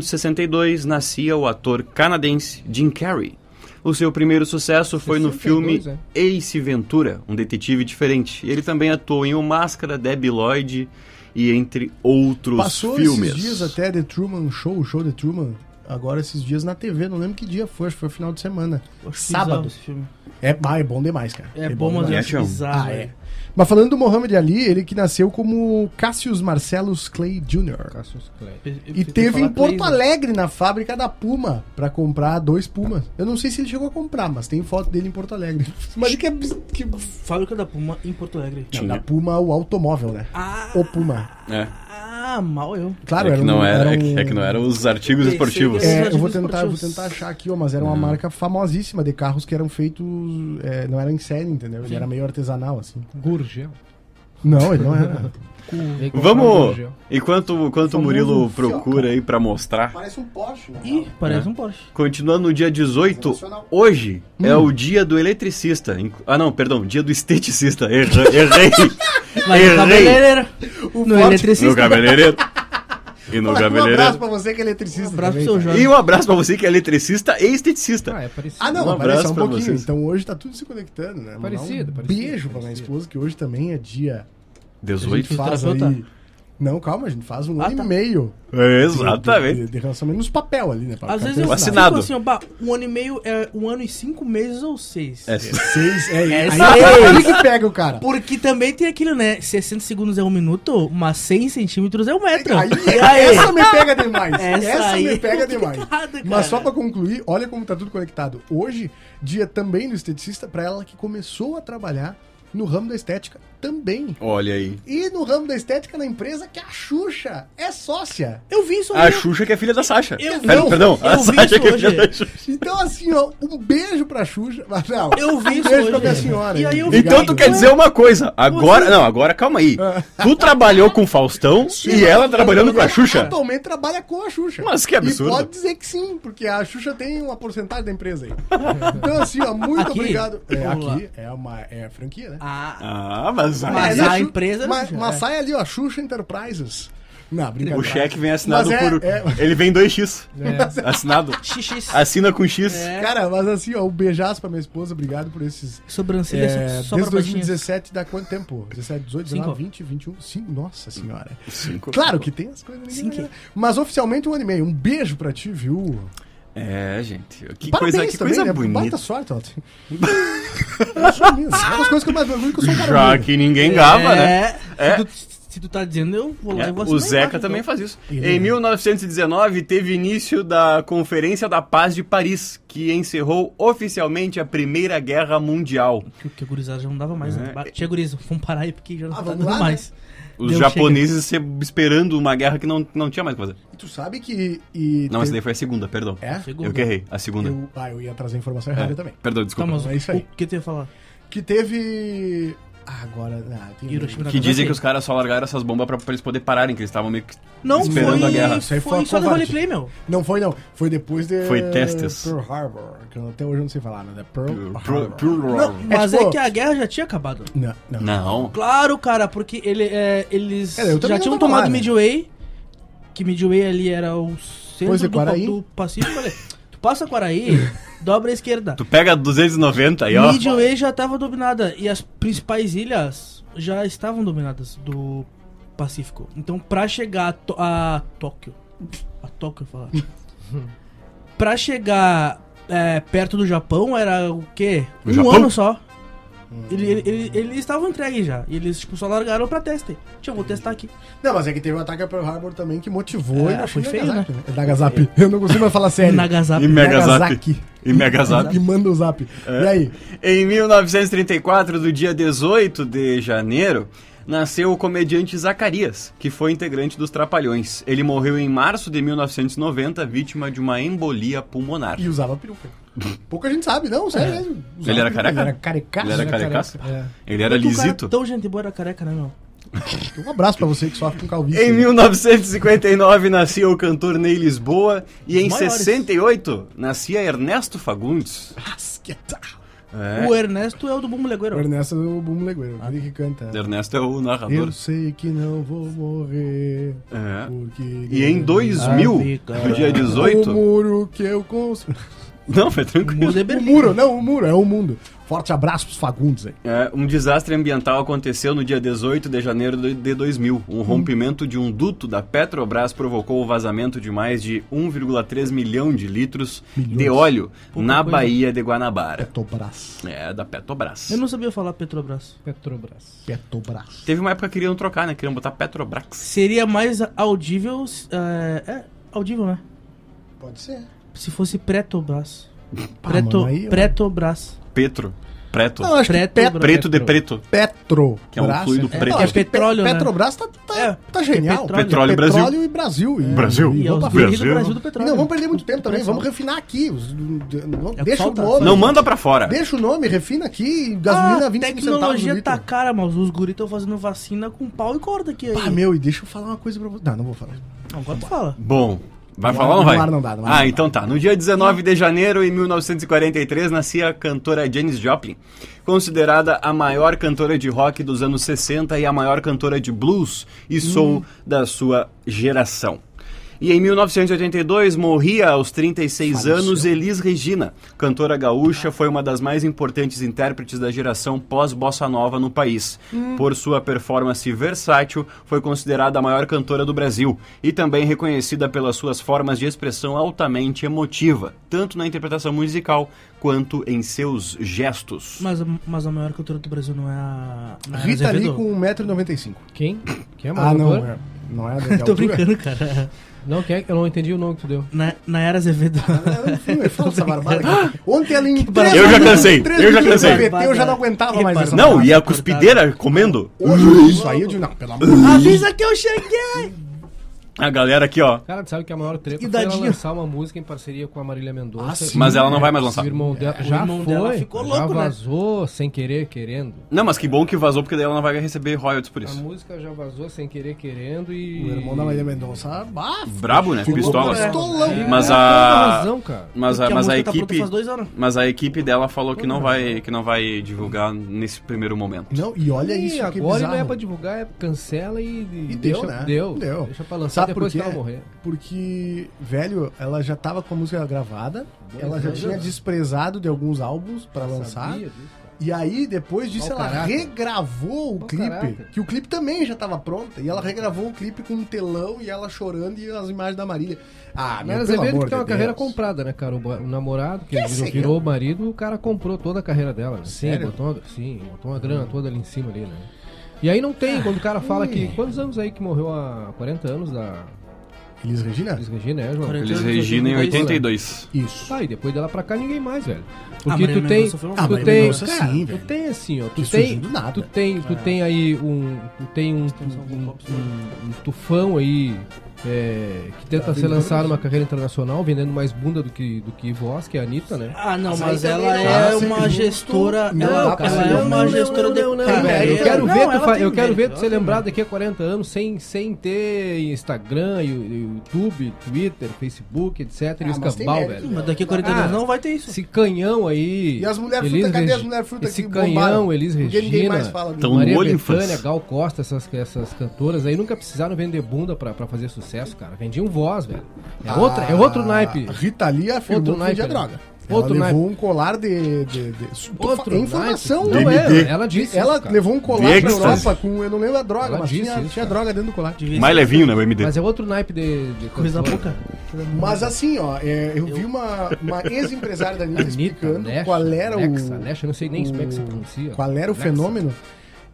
E: 1962, nascia o ator canadense Jim Carrey. O seu primeiro sucesso foi no
G: 62,
E: filme
D: é?
E: Ace Ventura, um detetive diferente. Ele também atuou em O Máscara, Debbie Lloyd e entre outros
D: Passou
E: filmes.
D: esses dias até The Truman Show, o show The Truman. Agora esses dias na TV, não lembro que dia foi, acho que foi final de semana.
C: Acho bizarro
D: Sábado.
C: esse filme.
D: É, ah, é bom demais, cara.
C: É, bom, mas eu
D: demais.
E: demais.
C: acho bizarro.
D: Ah, é.
C: velho.
D: Mas falando do Muhammad Ali, ele que nasceu como Cassius Marcellus Clay Jr.
G: Cassius Clay.
C: Eu-
D: E
C: eu-
D: teve
C: eu
D: em
C: falar
D: Porto
C: três, né?
D: Alegre, na fábrica da Puma, pra comprar dois Pumas. Eu não sei se ele chegou a comprar, mas tem foto dele em Porto Alegre. Mas que é. bis- Que...
C: Fábrica da Puma em Porto Alegre.
D: Não, da Puma, o automóvel, né?
C: Ah,
D: O Puma.
E: É.
C: ah, mal eu.
D: Claro,
E: é
D: era
E: que
D: um-
E: não era,
D: um-
E: é que- é que não eram os artigos
C: Pensei
E: esportivos.
C: que
D: É,
C: era-
D: eu vou
C: Esportivos.
D: tentar, eu vou tentar achar aqui, ó, mas era uma marca famosíssima de carros que eram feitos. é, não era em série, entendeu? Ele era meio artesanal, assim.
G: Gurgel.
D: Não, ele não era.
G: Veio comprar um
E: Vamos,
G: Gurgel.
E: enquanto enquanto o Murilo procura aí pra mostrar.
D: Parece um Porsche, né?
C: Ih, parece um Porsche.
E: Continuando no dia 18, hoje é o dia do eletricista. Inc- Ah não, perdão, dia do esteticista. Erra- Errei.
C: Mas tá no
E: Errei.
C: cabeleireiro. No
D: Forte-
E: No
C: é eletricista.
E: cabeleireiro. E no
D: Olha, Um
E: Gavileira.
D: abraço pra você que é eletricista.
C: Um abraço pro
D: também,
C: seu
D: cara.
C: Jorge.
E: E um abraço pra você que é eletricista e esteticista.
G: Ah, é parecido.
D: Ah, não,
E: Um
D: um
E: abraço
D: só um
E: pra
D: pouquinho.
E: vocês.
D: Então hoje tá tudo se conectando, né? Mandar
G: Parecido,
D: um
G: parecido,
D: Beijo pra minha
G: parecido.
D: esposa, que hoje também é dia. que A
E: 18.
D: gente faz
C: Terapeuta?
D: aí... Não, calma, a gente faz um
C: tá? Ah,
D: ano
C: tá.
D: e meio. de-
E: É, Exatamente.
D: De, de relacionamento nos papel ali, né? pra
C: Às
D: ficar
C: vezes eu
D: pensando.
E: Vacinado.
C: fico assim, ó, bah, um ano e meio é um ano e cinco meses ou seis.
E: É.
D: Seis, é, aí,
C: Essa-
D: aí, aí que pega o cara.
C: Porque também tem aquilo, né? 60 segundos é um minuto, mas 100 centímetros é um metro.
D: Aí,
C: E aí?
D: Essa me pega demais. Essa,
C: Essa aí
D: me
C: é
D: pega demais.
C: complicado, cara.
D: Mas só pra concluir, olha como tá tudo conectado. Hoje, dia também do esteticista, pra ela que começou a trabalhar no ramo da estética também.
E: Olha aí.
D: E no ramo da estética na empresa que a Xuxa é sócia.
C: Eu vi isso
E: A
C: aí.
E: Xuxa que é filha da Sasha.
C: Eu vi-
E: Perdão, perdão,
C: eu
E: a
C: vi
E: Sasha
C: isso
E: que é filha
C: hoje.
E: da Xuxa.
D: Então, assim, ó, um beijo pra Xuxa. Mas não,
C: Eu vi
D: um
C: isso
D: beijo pra
C: hoje.
D: minha senhora.
C: E aí eu vi-
E: Então tu
D: Obrigado. Ah.
E: quer dizer uma coisa. Agora. Não, agora calma aí. Tu trabalhou com Faustão e ela trabalhando com a Xuxa.
D: Atualmente trabalha com a Xuxa.
E: Mas que absurdo.
D: E pode dizer que sim, porque a Xuxa tem uma porcentagem da empresa aí. Então, assim, ó, muito
C: Aqui?
D: obrigado. É,
C: Vamos lá.
D: aqui é, uma, é a franquia, né?
C: Ah,
E: Ah, mas. aí-
C: Mas
D: É, né,
C: a
D: Xu-
C: empresa não
D: Mas,
C: já
D: mas
C: é.
D: sai ali, ó, Xuxa Enterprises. Não, brincadeira.
E: O cheque vem assinado
D: Mas é-
E: por.
D: é-
E: Ele vem 2x.
G: É.
E: Assinado.
C: xixi.
E: Assina com X.
D: Cara, mas assim, ó, um beijaço pra minha esposa, obrigado por esses.
C: Sobrancelha
D: É,
C: só
D: desde
C: pra baixinha.
D: 2017 dá quanto tempo? 17, 18,
C: Cinco.
D: 19, 20, 21, 5. um, Nossa senhora.
E: Cinco.
D: Claro que tem as coisas. ninguém
C: Cinco.
D: vai- Mas oficialmente um ano e meio. Um beijo pra ti, viu?
E: É, gente. Que
D: Parabéns
E: coisa, que
D: também,
E: coisa
D: né?
E: bonita.
D: Baita sorte, Otto. É isso mesmo. Uma das coisas que eu mais orgulho é que eu sou um cara
E: Já
D: humilde.
E: que ninguém gava, né?
C: É.
E: É.
C: Se, tu, se tu tá dizendo, eu vou lá
E: É,
C: e vou
E: o
C: assinar
E: Zeca
C: embaixo,
E: também
C: então.
E: faz isso.
D: Ele é.
E: Em 1919 teve início da Conferência da Paz de Paris, que encerrou oficialmente a Primeira Guerra Mundial.
C: Que, que a gurizada já não dava mais.
E: É.
C: Né? Bah, Tia gurizada, vamos parar aí porque já não
D: Ah,
C: tá
D: vamos
C: dando
D: lá, né?
C: mais.
E: Os
C: Deu,
E: japoneses se- esperando uma guerra que não, não tinha mais o que fazer.
D: E Tu sabe que. E
E: Não,
D: tem-
E: essa daí foi a segunda, perdão.
D: É?
C: Segunda.
E: Eu que errei, a segunda.
D: Eu, ah, eu ia trazer a informação errada também.
E: Perdão,
C: Tá,
E: desculpa.
C: mas
D: É isso aí.
C: o que tu ia falar?
D: Que teve. Ah, agora. Ah, tem
C: Hiroshima
E: que dizem
C: Nagasaki.
E: que os caras só largaram essas bombas pra, pra eles poderem pararem, que eles estavam meio que...
C: Não
E: esperando
C: foi,
E: a guerra.
D: Isso aí foi
C: foi
D: uma
C: só do
D: covardia.
C: roleplay, meu.
D: Não foi, não. Foi depois de.
E: Foi testes.
D: Pearl Harbor. Que eu até hoje eu não sei falar, né? Pearl
E: Pro-
D: Harbor.
E: pro- pro-
C: Não, mas
D: tipo-
C: é que a guerra já tinha acabado.
D: Não, não.
E: Não.
C: Claro, cara, porque ele, é, eles
D: É, eu também
C: já
D: não
C: tinham
D: tava lá,
C: tomado
D: né?
C: Midway, que Midway ali era o centro
D: Pois é,
C: do,
D: Quaraí.
C: do Pacífico. olha, tu passa Quaraí, dobra à esquerda.
E: Tu pega 290 aí, ó.
C: Midway já estava dominada e as principais ilhas já estavam dominadas do Pacífico. Então, pra chegar a, To- a Tóquio, a Tóquio eu falar, pra chegar é, perto do Japão era o quê?
E: O
C: um
E: Japão?
C: ano só. Ele, ele- ele- eles estavam entregues já. E eles tipo, só largaram pra teste. Deixa eu vou testar aqui.
D: Não, mas é que teve o ataque a Pearl Harbor também que motivou.
C: É,
D: e
C: foi feio,
D: Nagasaki, né? É Nagasaki. Eu não consigo mais falar sério.
C: Nagasaki.
E: E Megazap.
D: Nagasaki.
E: E Megazap.
D: E manda o zap.
E: É.
D: E aí?
E: Em 1934, do dia 18 de janeiro, nasceu o comediante Zacarias, que foi integrante dos Trapalhões. Ele morreu em março de 1990, vítima de uma embolia pulmonar.
D: E usava peruca. Pouca gente sabe, não,
C: É.
D: sério mesmo. Usava
E: Ele era
D: peruca,
E: careca?
D: Ele era carecaço.
E: Ele era carecaço? Ele era
C: Porque o cara é
E: lisito.
C: Tão gente boa era careca, né, meu?
D: É. Um abraço pra você que sofre com calvície. né?
E: Em 1959 nascia o cantor Ney Lisboa e em
C: Maiores.
E: 68 nascia Ernesto Fagundes.
D: Rasqueta.
E: É,
C: O Ernesto é o do Bumbo Legueiro.
D: O Ernesto é o Bumbo Legueiro, ele que canta.
E: Ernesto é o narrador.
D: Eu sei que não vou morrer.
E: É.
D: Porque
E: E em 2000, no dia 18...
D: O muro que eu construí.
E: Não, foi tranquilo.
C: Mudei
D: O
C: é Berlim. né?
D: muro, não, o muro, é o mundo. Forte abraço pros Fagundes aí.
E: É, um desastre ambiental aconteceu no dia 18 de janeiro de- de 2000. Um rompimento de um duto da Petrobras provocou o vazamento de mais de 1,3 milhão de litros de óleo na
C: coisa.
E: Baía de Guanabara.
D: Petobras.
E: É, da Petrobras.
C: Eu não sabia falar Petrobras.
G: Petrobras.
D: Petobras.
E: Teve uma época que queriam trocar, né? Queriam botar Petrobras.
C: Seria mais audível. É, é audível, né?
D: Pode ser.
C: Se fosse Pretobras.
D: Pá,
C: Preto,
D: Ah, mano, aí eu-
C: Pretobras.
E: Petro. Preto.
D: Não, acho
C: Preto,
D: que Pet...
C: branco.
E: preto de preto.
D: Petro.
E: Que é um
D: Braço,
E: fluido
D: né?
E: preto.
D: Não,
E: É
D: acho que
C: petróleo,
D: Pe-
C: né?
D: Petobras tá, tá,
C: É,
D: tá genial.
C: petróleo.
E: Petróleo e Brasil.
D: Petróleo e Brasil. E,
E: Brasil.
D: E
C: E é os
D: vamos
C: Brasil.
E: Brasil.
C: do Brasil do petróleo.
D: Não, vamos perder muito tempo também.
C: Pessoal.
D: Vamos refinar aqui. os- não-
C: É o que
D: Deixa o
C: falta.
D: nome.
E: Não manda pra fora.
D: Deixa o nome, refina aqui. Gasolina
C: Ah,
D: 25 centavos.
C: tecnologia
D: o
C: tá
D: litro.
C: cara, mas os guris estão fazendo vacina com pau e corda aqui aí.
D: Pá, Ah, meu, e deixa eu falar uma coisa pra você. Não, não vou falar.
C: Não, agora tu fala.
E: Bom, vai
D: No
E: falar ou não
D: ar- no
E: vai?
D: ar não dá, no ar
E: ah,
D: não dá.
E: então tá. No dia 19 de janeiro de 1943 nascia a cantora Janis Joplin, considerada a maior cantora de rock
D: Hum.
E: dos anos 60 e a maior cantora de blues e soul da sua geração. E em 1982 morria aos 36 anos Elis Regina. Cantora gaúcha, foi uma das mais importantes intérpretes da geração pós-bossa nova no país. Por sua performance versátil, foi considerada a maior cantora do Brasil e também reconhecida pelas suas formas de expressão altamente emotiva, tanto na interpretação musical quanto em seus gestos.
C: Mas, a- mas a maior cultura do Brasil não é a. não é a
D: Rita Lee
C: Azevedo?
D: com 1,95m.
G: Quem? Quem é a
D: Ah, não.
G: cantora?
D: é- Não é da
C: Tô brincando, cara.
G: Não, quem é? Eu não entendi o nome que tu deu.
C: Na, na era Azevedo.
D: Ah, Essa
C: Ah!
D: barbada. Ontem ela em três
E: Eu já
D: minutos-
E: cansei,
D: três
E: eu já
D: minutos de
E: cansei.
D: PT, Eu já não aguentava
C: Que
D: mais essa
C: barbada.
E: Não, e a
C: Nossa,
E: cuspideira comendo?
D: Hoje, isso aí eu digo, não, pelo amor de Deus.
C: Ah, Avisa que eu cheguei!
E: A galera aqui, ó.
G: Cara, tu sabe que a maior treta
C: E
G: foi ela
C: dadinho.
G: lançar uma música em parceria com a Marília
D: Ah,
G: Mendonça.
E: Mas ela não vai mais lançar.
G: O irmão dela
D: É,
G: já
C: irmão
G: foi,
C: dela
D: tá
C: ficou
G: já
C: louco, né?
G: vazou sem querer, querendo.
E: Não, mas que bom que vazou, porque daí ela não vai receber royalties por
G: A
E: isso.
G: música já vazou sem querer, querendo
D: O
G: e...
D: irmão da Maria Mendonça, bah,
E: Brabo, né?
D: ficou
E: Pistolas.
D: pistolão.
E: Mas
G: Ela tem
E: a.
G: razão, cara.
E: Mas a,
C: Porque a
E: mas a
C: música tá pronta
E: equipe.
C: faz dois anos.
E: Mas a equipe dela falou que não vai, que não vai divulgar nesse primeiro momento.
D: Não, e olha
G: Ih,
D: isso, que
G: agora
D: bizarro.
G: não é pra divulgar, é cancela e,
D: E
G: deixa,
D: deu, né?
G: deu,
D: Deu.
G: Deixa pra lançar
D: Sabe por
G: depois que
D: quê?
G: ela morrer.
D: Porque, velho, ela já tava com a música gravada, ela já
G: anos.
D: tinha desprezado de alguns álbuns pra lançar.
G: Sabia disso, cara.
D: E aí, depois disso,
G: Mau
D: ela
G: caráter.
D: regravou o
G: Mau
D: clipe.
G: caráter.
D: Que o clipe também já tava pronto. E ela regravou o clipe com um telão e ela chorando e as imagens da Marília. Ah, meu,
G: Nara
D: pelo
G: Azevedo
D: amor
G: é que tem
D: de
G: uma carreira
D: Deus.
G: comprada, né, cara? O, ba- o namorado, que,
D: sei
G: virou,
D: eu.
G: virou o marido, o cara comprou toda a carreira dela. Né? Sim,
D: Sério?
G: botou, uma- sim, botou uma grana toda ali em cima ali, né? E aí não tem, quando o cara fala que. Quantos anos aí que morreu há 40 anos da
D: Elis Regina?
G: Elis Regina, é, João?
C: 40.
E: Eles Regina em 82.
D: Isso.
G: Tá, e depois dela pra cá ninguém mais, velho.
C: Ah,
G: Porque
C: Marília
G: tu tem.
C: Mendonça foi uma
D: Ah,
G: tu
D: Marília
G: tem,
D: Mendonça
G: cara,
D: sim,
G: tu
D: velho.
G: tem assim, ó. Tu
D: Que
G: tem,
D: surgiu do nada.
G: tu tem, tu tem aí um, tu tem um, um, um- um tufão aí é, que
C: Tá
G: tenta ser lançado numa carreira internacional, vendendo mais bunda do que do que voz, que é a Anitta, né?
C: Ah, não,
D: Mas
C: mas,
D: aí também
C: ela
D: não
C: é
D: dá pra ser
C: uma
D: justo.
C: gestora.
D: Não
C: ela
D: dá pra
C: ela
D: ser
C: é
G: um
D: justo.
C: uma
D: Não,
C: gestora de
G: Cara,
C: carreira.
G: eu quero
C: Não,
G: ver, tu
C: ela
G: fa-
C: tem
G: eu quero
C: mérito,
G: ver tu
C: ela
G: ser
C: tem um
G: lembrado daqui a 40 anos sem, sem ter Instagram, Yu- YouTube, Twitter, Facebook, etc. e
D: Ah,
G: o
D: mas tem
G: escambau,
D: mérito,
G: velho.
D: né?
C: Mas daqui a 40
G: Ah,
C: anos não vai ter isso.
G: Esse canhão aí.
D: E as mulheres
G: Elis
D: frutas, cadê
G: Regi-
D: as mulheres frutas
G: Esse
D: que
G: canhão,
D: bombaram?
G: Elis
D: Porque
G: Regina.
D: ninguém mais fala
E: Então,
D: disso.
G: Maria
E: no olho em
G: Bethânia,
E: fãs.
G: Gal Costa, essas, essas cantoras aí nunca precisaram vender bunda pra, pra fazer sucesso, cara. Vendiam voz, velho. É, outra, é outro
D: Ah,
G: naipe.
D: Rita Lee afirmou
G: Outro
D: que vendia
G: naipe, né?
D: droga.
G: Outro
D: ela
G: naipe.
D: levou um colar de... de, de- su- tô
G: Outro
D: fa- é informação.
G: naipe. Não é, ela disse.
D: Ela
G: isso, cara.
D: levou um colar
E: De
D: pra
E: êxtase.
D: Europa com, eu não lembro a droga,
G: Ela
D: mas
G: disse
D: tinha,
G: isso,
D: tinha
G: cara.
D: droga dentro do colar.
C: Devia
E: Mais
C: ser
E: levinho, né, o MD?
G: Mas é outro naipe de. de
C: Coisa da
G: cantora.
C: boca.
D: Mas assim, ó, é, eu vi uma, uma ex-empresária da Anitta
G: Anitta,
D: explicando
G: Lesha,
D: qual era
G: Lexa,
D: o.
G: Lexa, eu não sei nem como é que se pronuncia.
D: Qual era o
G: Lexa.
D: fenômeno?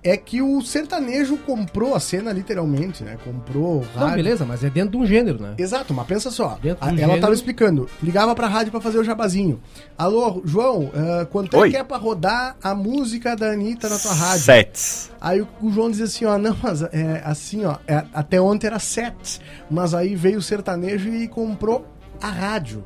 D: É que o sertanejo comprou a cena literalmente, né? Comprou rádio.
G: Não, beleza, mas é dentro de um gênero, né?
D: Exato, mas pensa só.
G: Dentro
D: A-
G: do
D: ela
G: gênero.
D: tava explicando. Ligava pra rádio pra fazer o jabazinho. Alô, João, ah, quanto é
E: Oi.
D: que é pra rodar a música da Anitta na tua rádio?
E: Sets.
D: Aí o, o João dizia assim, ó, não, mas é, assim, ó, é, até ontem era sete, mas aí veio o sertanejo e comprou a rádio.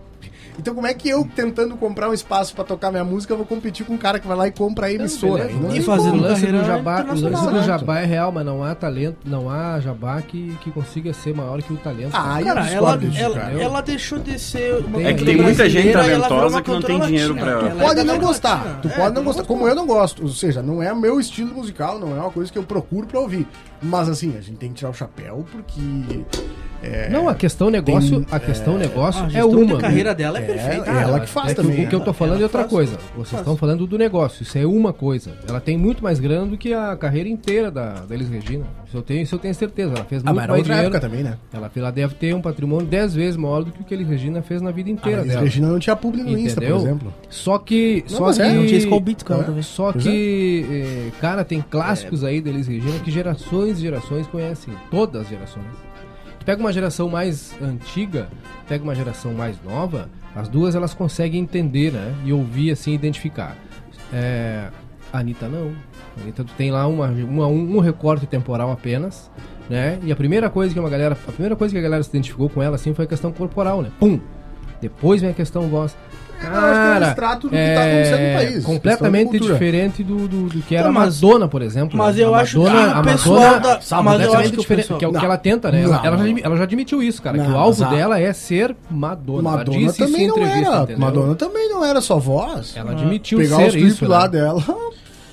D: Então como é que eu, tentando comprar um espaço pra tocar minha música, vou competir com um cara que vai lá e compra a emissora?
G: Beleza,
D: Não
G: né?
D: tem
C: E fazer
G: o
D: como.
C: fazendo
G: lance do
C: carreira
G: jabá, o
C: internacional,
G: lance do
D: né?
G: jabá é real, mas não há talento, não há jabá que, que consiga ser maior que o talento.
D: Ah, aí eu
C: Cara, ela,
D: discordo disso,
C: ela, é
D: cara.
G: Eu-
C: ela deixou de ser uma
G: É que
C: cantora
G: tem muita
E: gente
C: brasileira e ela
E: talentosa
C: virou uma
E: que não tem
C: cantora
E: dinheiro
C: latina.
E: pra-
C: Ela é
D: Pode
C: da
D: não
C: América
D: gostar,
C: Latina.
D: tu
C: É,
D: pode não gostar, como eu não gosto, ou seja, não é meu estilo musical, não é uma coisa que eu procuro pra ouvir. Mas assim, a gente tem que tirar o chapéu porque é,
G: Não, a questão negócio, a questão negócio
C: A
G: é
C: Ah, gestão
G: uma.
C: de
G: né?
C: carreira dela é,
D: É,
C: perfeita.
D: ela
C: cara.
D: que faz
G: é
D: também,
G: O que eu
D: ela-
G: tô falando é
C: ela
G: outra
C: faz,
G: coisa.
C: ela
G: Vocês
C: faz.
G: estão falando do negócio, isso é uma coisa. Ela tem muito mais grana do que a carreira inteira da, da Elis Regina. Isso eu tenho, isso eu tenho certeza. Ela fez
D: Ah, mas era
G: muito mais
D: outra
G: dinheiro.
D: época também, né?
G: Ela, ela deve ter um patrimônio 10 vezes maior do que o que a Elis Regina fez na
D: Ah,
G: vida
D: A
G: inteira
D: Elis
G: dela.
D: Regina não tinha publi no Insta, por
G: Entendeu?
D: exemplo.
G: Só que.
D: Não,
G: só
D: mas
G: que
D: é, não
C: tinha Skull Beats com ela
G: É.
C: também.
G: Só
D: Pois é.
G: que, eh, cara, tem clássicos aí deles, Regina, que gerações e gerações conhecem. Todas as gerações. Tu pega uma geração mais antiga, pega uma geração mais nova, as duas elas conseguem entender, né? E ouvir, assim, identificar. É, a Anitta não. A Anitta tu tem lá uma, uma- um, um recorte temporal apenas, né? E a primeira coisa que uma galera. A primeira coisa que a galera se identificou com ela, assim, foi a questão corporal, né? Pum! Depois vem a questão voz. é,
D: eu acho que é um extrato do que tá acontecendo no país.
G: Completamente
D: Questão de cultura.
G: diferente do, do, do que era
C: Tá, mas-
G: a Madonna, por exemplo.
C: Mas
G: né?
C: eu
G: a
C: acho que
G: Madonna,
C: o
G: a
C: pessoal
G: Madonna,
C: da-
G: sabe,
C: mas eu
G: completamente
C: acho que o
G: diferente,
C: pessoal-
G: que é o que
D: Não.
G: ela tenta, né?
D: Não,
G: ela, ela já,
D: não.
G: admi- ela já admitiu isso, cara.
D: Não,
G: que o alvo
D: mas a-
G: dela é ser Madonna. Ela
D: Madonna
G: disse isso
D: também
G: em
D: não
G: entrevista,
D: era.
G: entendeu?
D: Madonna também não era só voz.
G: Ela admitiu
D: Pegar
G: ser
D: os clipes
G: isso.
D: lá
G: né?
D: dela.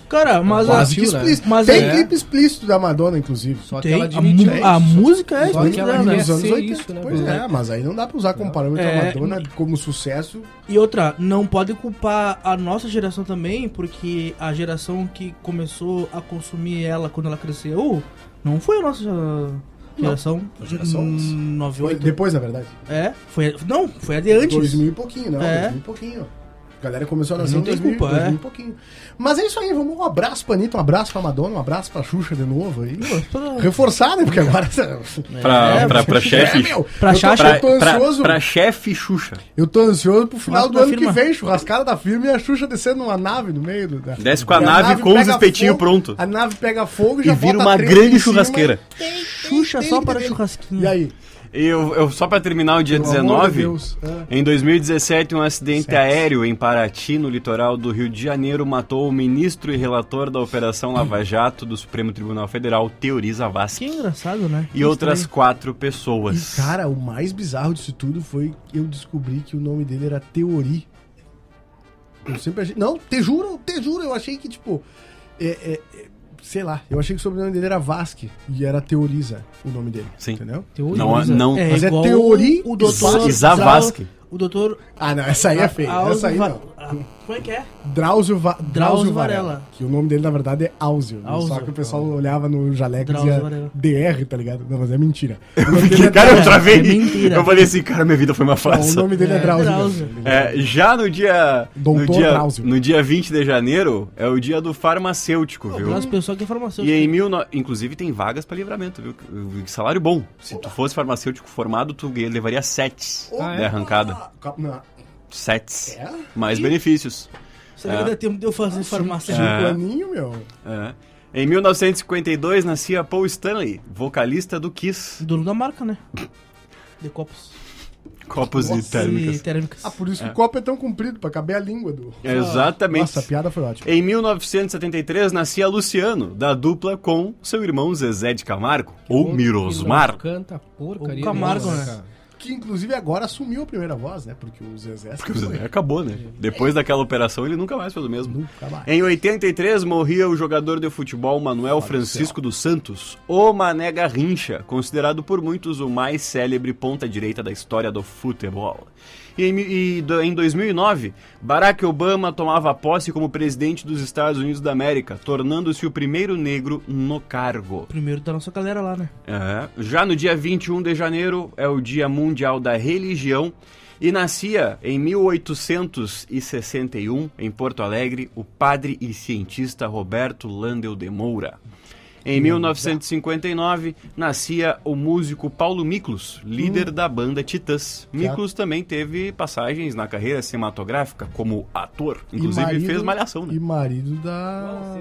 C: Cara, mas a,
D: Quase
G: Quase Brasil,
D: que explícito.
G: né? Mas
D: Tem
G: é.
D: clipe explícito da Madonna, inclusive.
G: Só que
C: tem,
G: ela
C: a,
G: admitiu.
C: mu- a música é
G: Só que
C: explícita,
G: ela
C: né?
G: devia
D: Nos anos
G: ser
D: 80.
G: isso, né?
D: Pois é, mas aí não dá pra usar como parâmetro
C: É.
D: a Madonna como sucesso.
C: E outra, não pode culpar a nossa geração também, porque a geração que começou a consumir ela quando ela cresceu não foi a nossa geração.
D: a geração
C: Hum,
D: antes. Foi
C: 98.
D: depois, na verdade.
C: É, foi, não, foi a de antes.
D: 2000 e pouquinho, não.
C: É.
D: 2000 e pouquinho. A galera começou a
C: Não
D: nascer em
C: tem
D: 2000,
C: culpa,
D: 2000
C: é.
D: e pouquinho. Mas é isso aí, vamos um abraço pra Anitta, um abraço pra Madonna, um abraço pra Xuxa de novo aí. Reforçar, né? Porque agora. é,
E: Pra, pra, pra chefe.
D: meu,
C: Pra
D: eu tô-
C: Xaxa.
D: Eu tô
E: pra,
D: ansioso.
E: pra chefe Xuxa.
D: Eu tô ansioso pro final
C: Nossa,
D: do
C: da
D: ano
C: firma.
D: que vem, churrascada da firma e a Xuxa descendo uma nave no meio do. Da...
E: Desce com a
D: E
E: nave com os
D: pega
E: espetinhos
D: fogo,
E: pronto.
D: A nave pega fogo e
E: E
D: já
E: vira
D: bota
E: uma
D: a treta
E: grande
D: em cima.
E: churrasqueira.
C: Xuxa só para
D: E
C: churrasquinho.
D: aí?
E: Eu, eu, só pra terminar o dia
D: Pelo amor de
E: 19,
D: Deus, é.
E: em 2017, um acidente aéreo em Paraty, no litoral do Rio de Janeiro, matou o ministro e relator da Operação Lava Jato do Supremo Tribunal Federal, Teori
C: Que
E: Zavascki,
C: engraçado, né?
E: e outras quatro pessoas.
D: E cara, o mais bizarro disso tudo foi eu descobri que o nome dele era Teori. Eu sempre achei. Não, te juro, te juro, eu achei que, tipo. é- é- é, sei lá, eu achei que o sobrenome dele era Vasque e era Teoriza o nome dele.
E: Sim.
D: Entendeu?
E: Não, não.
C: É
D: Mas é
C: igual
D: teoria
C: o doutor
E: e Zavascki.
C: O doutor
D: Ah, não, essa aí é feia. Essa aí não.
C: Como é que é?
D: Drauzio, Va Drauzio
C: Drauzio
D: Varela.
C: Varela.
D: Que o nome dele, na verdade, é Áuzio. né? Só
C: Áuzio.
D: que o pessoal olhava no jaleco e
C: Drauzio
D: dizia
C: Varela.
D: DR, tá ligado? Não, mas é mentira.
E: Eu fiquei, cara, eu travei.
C: é mentira.
E: eu falei assim, cara, minha vida foi uma
D: Não, o
E: farsa.
D: nome dele é,
C: É,
D: Drauzio.
C: Drauzio.
D: mesmo.
E: É, já no dia.
D: Doutor
E: No dia,
D: Drauzio.
E: no dia 20 de janeiro é o dia do farmacêutico, viu?
C: As pessoas que é
E: E
C: farmacêutico.
E: em mil no- Inclusive tem vagas pra livramento, viu? Salário bom. Se tu fosse farmacêutico formado, tu ganha- levaria sete
D: Opa!
E: de arrancada.
D: Cap- não,
E: Sete.
D: Ah, É?
E: Mais benefícios.
C: Será que dá tempo de eu fazer farmácia?
D: Tinha um
E: É.
D: planinho, meu.
E: É. Em 1952 nascia Paul Stanley, vocalista do Kiss.
C: Dono da marca, né? De copos.
E: Copos e
C: E
E: térmicas.
C: térmicas.
D: Ah, por isso que o copo é tão comprido, pra caber a língua do...
E: É, Exatamente.
D: Nossa, a piada foi ótima.
E: Em 1973 nascia Luciano, da dupla com seu irmão Zezé de Camargo, ou
G: Outro que
E: Mirosmar.
G: não Canta porcaria.
C: O Camargo,
G: nenhuma,
C: né?
G: cara?
D: Que, inclusive, agora assumiu a primeira voz, né? Porque o Zezé...
E: Porque o Zezé acabou, né? Depois daquela operação, ele nunca mais fez o mesmo.
D: Nunca mais.
E: Em 83 morria o jogador de futebol Manuel Francisco dos Santos, o Mané Garrincha, considerado por muitos o mais célebre ponta-direita da história do futebol. E em, mi- e do- em 2009, Barack Obama tomava posse como presidente dos Estados Unidos da América, tornando-se o primeiro negro no cargo.
C: Primeiro da nossa galera lá, né?
E: É. Já no dia 21 de janeiro é o Dia Mundial da Religião e nascia em 1861 em Porto Alegre o padre e cientista Roberto Landel de Moura. Em 1959 nascia o músico Paulo Miklos,
D: Hum.
E: líder da banda Titãs. Miklos também teve passagens na carreira cinematográfica como ator,
D: E
E: inclusive
D: marido-
E: fez malhação, né?
D: E marido da...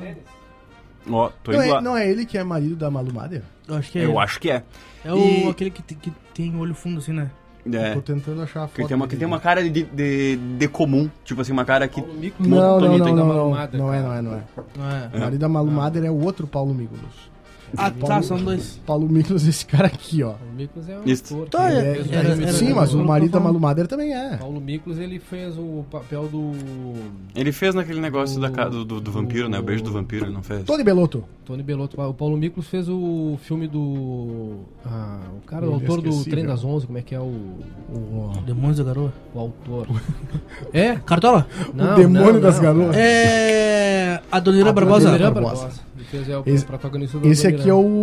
E: Ó, tô
D: Não
E: indo lá.
D: é, não é ele que é marido da Malu Mader?
C: Eu acho que é.
E: Eu acho que é.
C: É o,
E: E-
C: aquele que, te- que tem o olho fundo assim, né?
E: É.
D: Tô tentando achar a foto.
E: Que tem, uma, que
D: dele.
E: tem uma cara de, de, de comum, tipo assim, uma cara que.
D: Não, não, não,
E: monotonita,
D: não,
E: então.
D: não,
G: Malu Mader,
D: não é,
G: cara.
D: não é, não é.
C: É.
D: O marido da Malu Mader é o outro Paulo Miglos.
C: Ah, tá, são dois.
D: Paulo Miglos, é esse cara aqui, ó.
G: Paulo Miklos é um
E: Isso.
G: ator.
C: Tá,
G: que
C: é-
G: fez o
C: era-
G: Regime
C: era-
D: Sim, mas o
G: Novo.
D: marido da Malu Mader também é.
G: Paulo Miklos, ele fez o papel do
E: Ele fez naquele negócio da, ca- do, do, do vampiro, né? O beijo do
G: O-
E: vampiro, ele não fez?
D: Tony Belotto.
G: Tony Belotto. O Paulo Miklos fez o filme do... Ah, o cara, o autor do
D: Inesquecível.
G: Trem das Onze, como é que é o, o,
C: Demônios da garoa.
G: o autor? é?
C: Cartola?
G: Não,
D: Demônio das Garoas.
C: É. A Dona
D: Adoniran
C: Barbosa.
G: Barbosa.
D: Barbosa.
G: Barbosa. Ele fez, é, o
D: Esse-
G: protagonista do
D: Esse aqui é
G: Adoniran.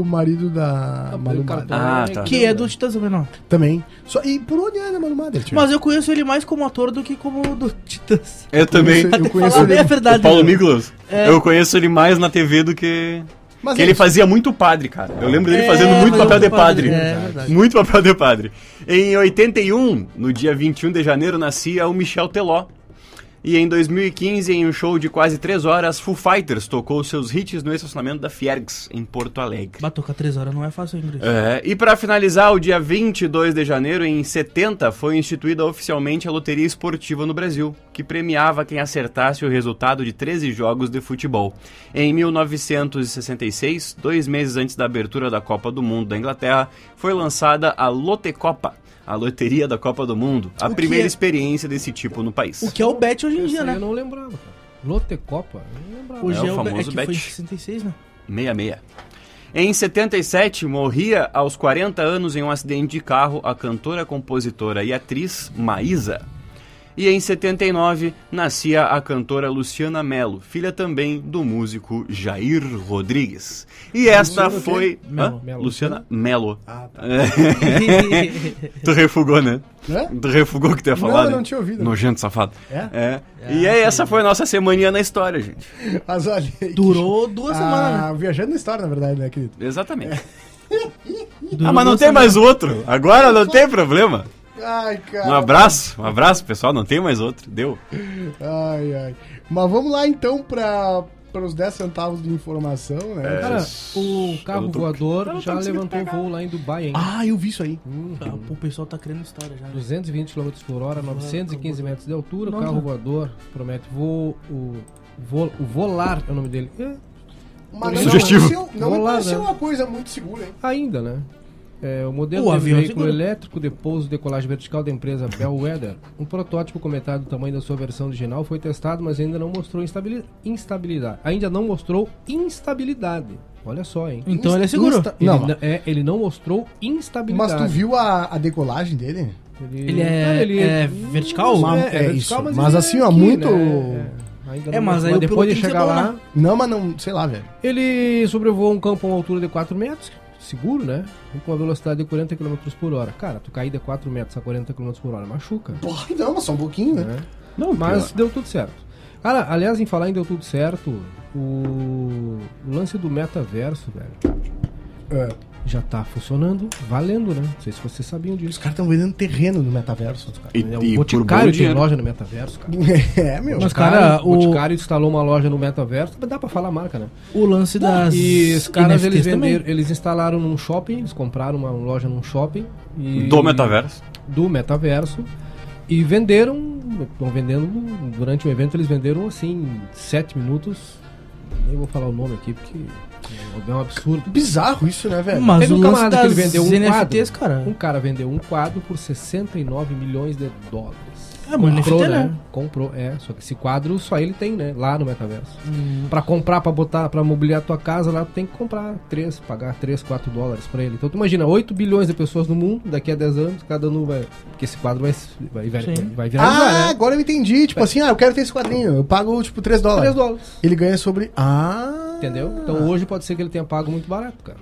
D: o marido da
G: Ah,
D: Malu
G: o cara- um
D: Mader.
E: Ah, tá.
C: Que é do Titãs também, não.
D: Também. Só, e por onde anda a Malu Mader, tio?
C: Mas eu conheço ele mais como ator do que como do Titãs.
E: Eu também.
D: Eu conheço
C: Falar
D: ele-
C: bem a verdade.
E: O Paulo
C: né?
E: Miglos,
C: É.
E: eu conheço ele mais na TV do que.
D: Mas
E: que
D: é
E: ele
D: isso.
E: fazia muito padre, cara. Eu lembro dele
C: É,
E: fazendo muito
C: mas
E: papel
C: muito
E: de padre.
C: padre, é verdade.
E: muito papel de padre. Em 81, no dia 21 de janeiro, nascia o Michel Teló. E em 2015, em um show de quase três horas, Foo Fighters tocou seus hits no estacionamento da Fiergs, em Porto Alegre.
C: Bah, tocar três horas não é fácil, hein, Gris?
E: É, e pra finalizar, o dia 22 de janeiro, em 70, foi instituída oficialmente a loteria esportiva no Brasil, que premiava quem acertasse o resultado de 13 jogos de futebol. Em 1966, dois meses antes da abertura da Copa do Mundo da Inglaterra, foi lançada a Lotecopa, a loteria da Copa do Mundo, a
C: que
E: primeira
C: é-
E: experiência desse tipo no país.
C: O que é o bet hoje em
G: Esse
C: dia,
G: aí
C: né?
G: eu não lembrava, cara. Lotecopa? Eu não lembrava.
C: O
E: É o
C: Gel é
E: famoso
C: que foi em
E: bet.
C: 66, né?
E: 66. Em 77, morria aos 40 anos em um acidente de carro a cantora, compositora e atriz Maísa. E em 79, nascia a cantora Luciana Mello, filha também do músico Jair Rodrigues. E esta
D: Luciana o quê?
E: foi.
G: Mello,
E: Hã?
G: Mello.
E: Luciana Mello.
D: Ah, tá.
E: tu refugou, né?
D: Hã?
E: Tu refugou o que tu ia
D: Não,
E: falar?
D: eu
E: né?
D: não tinha ouvido.
E: Nojento, safado.
D: É?
E: É. E aí, essa foi a nossa semaninha na história, gente.
D: Mas olha. aí,
C: Durou duas semanas,
D: Ah, viajando na história, na verdade, né, querido?
E: Exatamente.
C: né?
E: Ah,
C: Durou
E: mas não
C: duas
E: tem
C: semanas.
E: mais
D: É.
E: outro. Agora não tem problema.
D: Ai, cara.
E: Um abraço, um abraço, pessoal. Não tem mais outro. Deu.
D: Ai, ai. Mas vamos lá então para os 10 centavos de informação,
E: É.
D: né?
G: Cara, o
E: Eu
G: carro
E: não tô-
G: voador já levantou um voo lá em Dubai, hein?
D: Ah, eu vi isso aí.
C: Ah, pô, o pessoal tá criando história já. né?
G: 220 km por hora, 915 metros de altura, o
C: Nossa.
G: carro voador promete voo, o, vo, o Volar é o nome dele. É,
D: Mas Não,
E: Sugestivo.
D: me pareceu- não me
G: Vou lá,
D: pareceu
G: né?
D: uma coisa muito segura, hein?
G: ainda, né? É, o modelo
C: O
G: de
C: avião
G: veículo
C: segura.
G: elétrico de pouso e decolagem vertical da empresa Bellwether, um protótipo com metade do tamanho da sua versão original, foi testado, mas ainda não mostrou instabili- instabilidade. Ainda não mostrou instabilidade. Olha só, hein?
C: Então ele é
D: Insta-
C: seguro.
D: Insta-
G: Ele
D: Não,
G: não, é, ele não mostrou instabilidade.
D: mas tu viu a, a decolagem dele?
C: Ele é-
G: Cara,
C: é vertical?
G: Não,
D: É isso.
G: vertical,
D: Mas
G: ele
D: assim, ó,
G: aqui,
D: muito-
G: É, Ainda
C: É, mas aí o piloto
G: depois de
C: tem que ser
G: chegar
C: bom,
G: lá,
C: né?
D: Não, mas não, sei lá, velho.
G: ele sobrevoou um campo a uma altura de 4 metros, seguro, né? E com uma velocidade de 40 km por hora. Cara, tu cair de 4 metros a 40 km por hora machuca.
D: Porra, não, mas só um pouquinho, né?
G: né? Não, mas deu tudo certo. Cara, aliás, em falar em deu tudo certo, o lance do metaverso, velho,
D: É.
G: já tá funcionando, valendo, né? Não sei se vocês sabiam
D: Os
G: disso.
D: caras estão vendendo terreno no metaverso.
E: E,
G: É,
E: e
G: o
E: por bom
G: Boticário tem
E: dinheiro.
G: loja no metaverso, cara.
D: é, meu.
G: Mas,
C: Mas,
G: cara,
C: cara,
G: o
C: o-
G: Boticário instalou uma loja no metaverso, mas dá pra falar a marca, né?
C: O lance das.
G: E os caras, eles
C: NFTs também.
G: venderam, eles instalaram num shopping, eles compraram uma loja num shopping. E,
E: Do metaverso.
G: Do metaverso. E venderam, estão vendendo, durante o evento eles venderam, assim, sete minutos. Nem vou falar o nome aqui, porque é um absurdo.
D: Bizarro isso, né, velho?
C: Mas
G: Teve
C: o
G: um
C: lance
G: camarada que
C: das
G: ele vendeu um
C: NFTs,
G: quadro.
C: cara.
G: Um cara vendeu um quadro por 69 milhões de dólares.
C: É, mano, NFT,
G: né?
C: né?
G: Comprou, é. Só que esse quadro só ele tem, né? Lá no metaverso.
C: Hum.
G: Pra comprar, pra botar, pra mobiliar tua casa lá, tu tem que comprar 3, pagar 3, 4 dólares pra ele. Então tu imagina, 8 bilhões de pessoas no mundo, daqui a 10 anos, cada um vai. Porque esse quadro vai, vai, vai,
C: Sim.
G: vai viralizar,
D: Ah,
G: né?
D: agora eu entendi. Tipo assim, ah, eu quero ter esse quadrinho. Eu pago, tipo, 3
G: 3
D: dólares.
G: dólares.
D: Ele ganha sobre. Ah.
G: Entendeu? Então hoje pode ser que ele tenha pago muito barato, cara.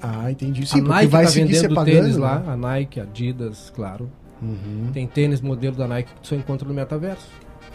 D: Ah, entendi.
G: a
D: Sim, porque
G: Nike
D: vai
G: tá
D: seguir
G: vendendo
D: ser pagando.
G: tênis
D: né? Uhum.
G: lá, a Nike, Adidas, claro. Tem tênis modelo da Nike que tu só encontra no metaverso.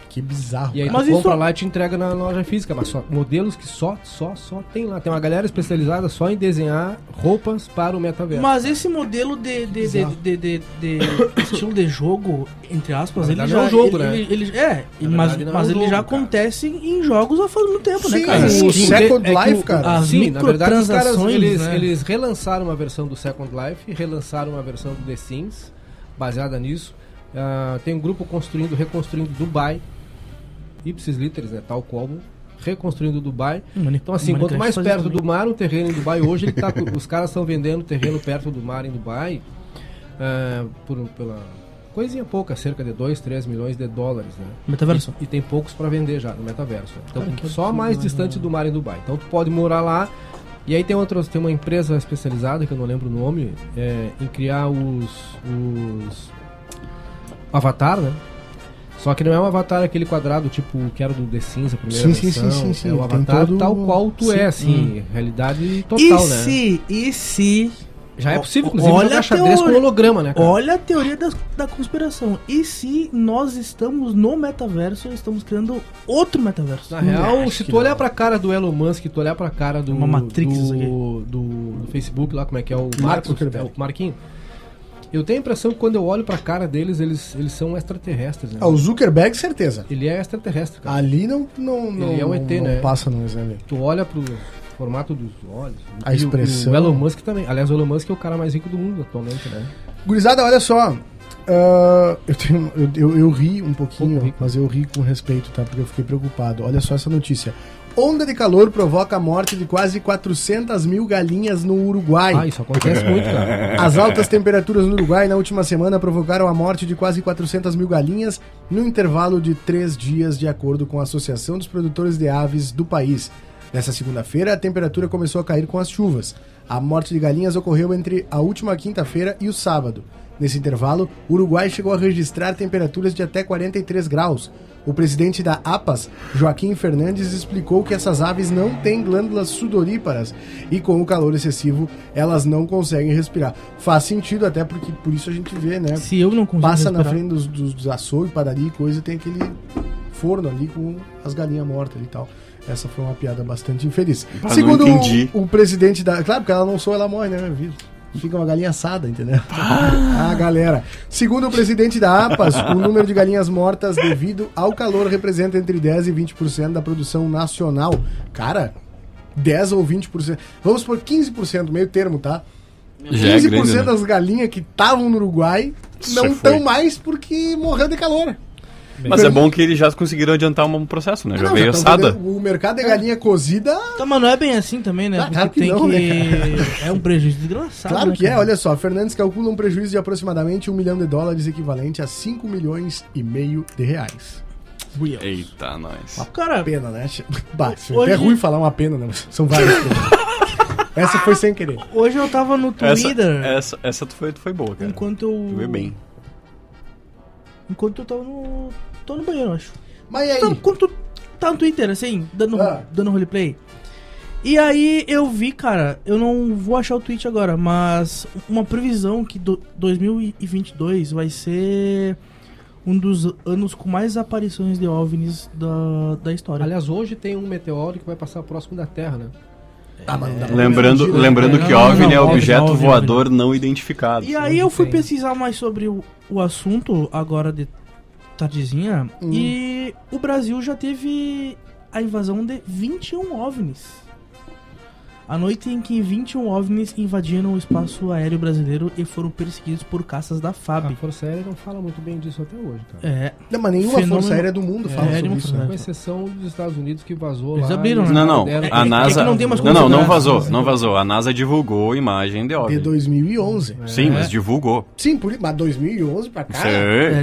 D: Que bizarro.
G: E aí
C: Mas
G: tu compra
C: isso-
G: lá e te entrega na loja física, mas só modelos que só, só, só tem lá. Tem uma galera especializada só em desenhar roupas para o metaverso.
C: Mas esse modelo de, de, de,
D: Bizarro.
C: de- de- de estilo de jogo, entre aspas,
G: Na
C: ele
G: verdade,
C: já.
G: não é um jogo,
C: ele,
G: né?
C: ele- ele- é,
G: Na
C: mas,
G: verdade, não é
C: mas
G: um
C: ele
G: jogo,
C: já
G: cara.
C: acontece em jogos há faz muito tempo, né,
D: Sim,
C: cara?
D: sim,
G: o
D: sim.
G: que-
D: Second
G: que
D: Life,
G: o-
D: cara.
G: ah, Sim, na verdade, os caras,
C: microtransações,
G: eles,
C: né?
G: eles relançaram uma versão do Second Life, relançaram uma versão do The Sims, baseada nisso. Ah, tem um grupo construindo, reconstruindo Dubai, ipsis literis, né, tal como, reconstruindo Dubai.
C: Mani-
G: Então, assim, quanto
C: Minecraft
G: mais
C: faz isso
G: perto
C: também.
G: do mar o terreno em Dubai, hoje ele tá, com- os caras estão vendendo terreno perto do mar em Dubai ah, por pela coisinha pouca, cerca de 2, 3 milhões de dólares, né?
C: Metaverso.
G: E tem poucos pra vender já no metaverso. né? Então,
C: Cara, que
G: só
C: absurdo,
G: mais
C: né?
G: distante do mar em Dubai. Então, tu pode morar lá. E aí tem outras, tem uma empresa especializada que eu não lembro o nome, é, em criar os, os avatar, né? Só que não é um avatar aquele quadrado tipo que era do The Sims a primeira
D: Sim, sim,
G: versão.
D: sim, sim, sim.
G: É o
D: Tem
G: avatar
D: todo
G: tal
D: o-
G: qual tu
D: Sim.
G: é, assim, realidade
C: um-
G: total,
C: Hum. E
G: né?
C: se, e se.
G: Já é
C: O-
G: possível, inclusive,
C: olha
G: jogar
C: a
G: xadrez com
C: teoria.
G: holograma, né? cara?
C: Olha a teoria das- da, conspiração. E se nós estamos no metaverso e estamos criando outro metaverso?
G: Na real,
D: acho
G: se
D: que
G: tu olhar
D: não.
G: pra cara do Elon Musk, tu olhar pra cara do.
C: Uma Matrix
G: do,
C: isso aqui.
G: do- do Facebook lá, como é que é o
D: Mark
G: Marcos, é
D: Zuckerberg.
G: o Marquinho. Eu tenho a impressão que quando eu olho pra cara deles, eles, eles são extraterrestres, né?
D: Ah, o Ah. Zuckerberg, certeza.
G: Ele é extraterrestre, cara.
D: Ali não, não, não,
G: Ele é um ET,
D: não
G: né?
D: passa no exame.
G: Tu olha pro formato dos olhos.
D: A
G: E o-
D: expressão.
G: O Elon Musk também. Aliás, o Elon Musk é o cara mais rico do mundo atualmente, né?
D: Gurizada, olha só. Ah, eu, tenho, eu, eu, eu ri um pouquinho,
G: Pouco rico.
D: mas eu ri com respeito, tá? Porque eu fiquei preocupado. Olha só essa notícia. Onda de calor provoca a morte de quase 400 mil galinhas no Uruguai.
G: Ah, isso acontece muito, cara.
D: As altas temperaturas no Uruguai na última semana provocaram a morte de quase 400 mil galinhas no intervalo de três dias, de acordo com a Associação dos Produtores de Aves do país. Nessa segunda-feira, a temperatura começou a cair com as chuvas. A morte de galinhas ocorreu entre a última quinta-feira e o sábado. Nesse intervalo, o Uruguai chegou a registrar temperaturas de até 43 graus. O presidente da APAS, Joaquim Fernandes, explicou que essas aves não têm glândulas sudoríparas e com o calor excessivo elas não conseguem respirar. Faz sentido até porque por isso a gente vê, né?
C: Se eu não consigo
D: Passa na
C: respirar-
D: frente dos, dos, dos açougue, padaria e coisa, tem aquele forno ali com as galinhas mortas ali e tal. Essa foi uma piada bastante infeliz.
E: Ah, não
D: Segundo
E: entendi.
D: o, o presidente da. Claro, porque ela não sou, ela morre, né? meu filho? Fica uma galinha assada, entendeu? Ah, galera. Segundo o presidente da APAS, o número de galinhas mortas devido ao calor representa entre 10% e 20% da produção nacional. Cara, 10% ou 20%. Vamos por 15%, meio termo, tá?
E: Já é
D: 15%
E: grande, né?
D: das galinhas que estavam no Uruguai
E: Já
D: não
E: foi.
D: estão mais porque morreu de calor.
E: Mas é bom que eles já conseguiram adiantar um processo, né? Já
D: Não,
E: veio
D: tão
E: assada.
D: vendendo- O mercado de galinha cozida,
C: Tá, mas não é bem assim também, né?
D: Ah,
C: Porque
D: claro que
C: tem
D: não,
C: que.
D: né,
C: é um prejuízo desgraçado.
D: claro
C: né,
D: que é.
C: cara?
D: Olha só, Fernandes calcula um prejuízo de aproximadamente 1 milhão de dólares, equivalente a 5 milhões e meio de reais.
C: Real.
E: Eita, nós.
C: Cara,
D: Pena, né? Bah, isso
C: Hoje-
D: É ruim falar uma pena, né? São várias penas. Essa foi sem querer.
C: hoje eu tava no
E: Essa,
C: Twitter
E: essa, essa tu foi, tu foi boa, cara.
C: enquanto eu.
E: Tu veio bem.
C: Enquanto eu tava no. tô no banheiro, eu acho.
D: Mas e
C: Sabe
D: aí?
C: quando tu tá no Twitter, assim, dando,
D: Ah.
C: dando roleplay? E aí eu vi, cara, eu não vou achar o tweet agora, mas uma previsão que do- 2022 vai ser um dos anos com mais aparições de OVNIs da, da história.
G: Aliás, hoje tem um meteoro que vai passar próximo da Terra, né?
D: Ah, mas não dá pra
E: Lembrando,
D: mentir, né?
E: lembrando
C: Não,
E: que
C: não,
E: OVNI
C: não,
E: é
C: OVNI,
E: objeto
C: OVNI.
E: voador não identificado.
C: E aí eu fui
G: Sim.
C: pesquisar mais sobre o, o assunto agora de tardezinha
E: Hum.
C: e o Brasil já teve a invasão de 21 OVNIs. A noite em que 21 OVNIs invadiram o espaço aéreo brasileiro e foram perseguidos por caças da
G: A
E: Ah,
C: FAB.
G: Força Aérea não fala muito bem disso até hoje, cara.
C: É,
D: Não, mas nenhuma
C: Fenômeno-
D: força aérea do mundo fala
C: É,
D: sobre
C: nenhuma
D: isso,
C: força
D: né?
G: Com exceção dos Estados Unidos que vazou
C: Eles
G: lá.
C: abriram,
G: eles
C: né?
E: Não, não.
G: deram-
C: é
E: A
C: que
E: NASA.
C: não tem mais
E: Não, não, não
C: considerado,
E: vazou.
C: né?
E: Não vazou. A NASA divulgou imagem de
D: De
E: OVNI.
D: 2011.
E: Sim, mas divulgou.
D: Sim, por... mas 2011 pra cá?
E: Sim.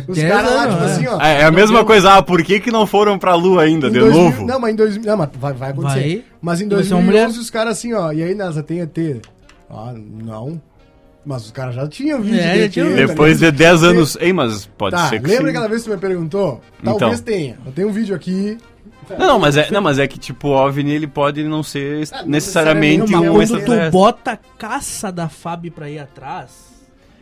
D: Os
C: Dez
D: caras lá,
C: anos,
D: tipo
C: né?
D: assim, ó.
E: É, é a mesma coisa. Ah, por que que não foram pra Lua ainda,
D: Em
E: de
D: 2000
E: novo?
D: Não, mas em 2000. Não, mas vai, vai acontecer.
C: Vai.
D: Mas em
C: Vai ser uma
D: 2011
C: mulher.
D: os caras assim, ó. E aí, NASA, tem ET? Ah, não. Mas os caras já tinham vídeo
C: É, já tinha
D: tá
E: Depois de
D: ligado?
E: 10 anos. Ei, mas pode
D: Tá,
E: ser que
D: lembra
E: sim.
D: aquela vez que tu me perguntou? Talvez
E: Então.
D: tenha. Eu tenho um vídeo aqui.
E: Não, não, mas é, não, mas é que tipo, o OVNI ele pode não ser
D: Ah, não
E: necessariamente
C: é
D: necessariamente,
E: um
D: mas
C: Quando tu
E: extraterrestre.
C: bota a caça da FAB pra ir atrás,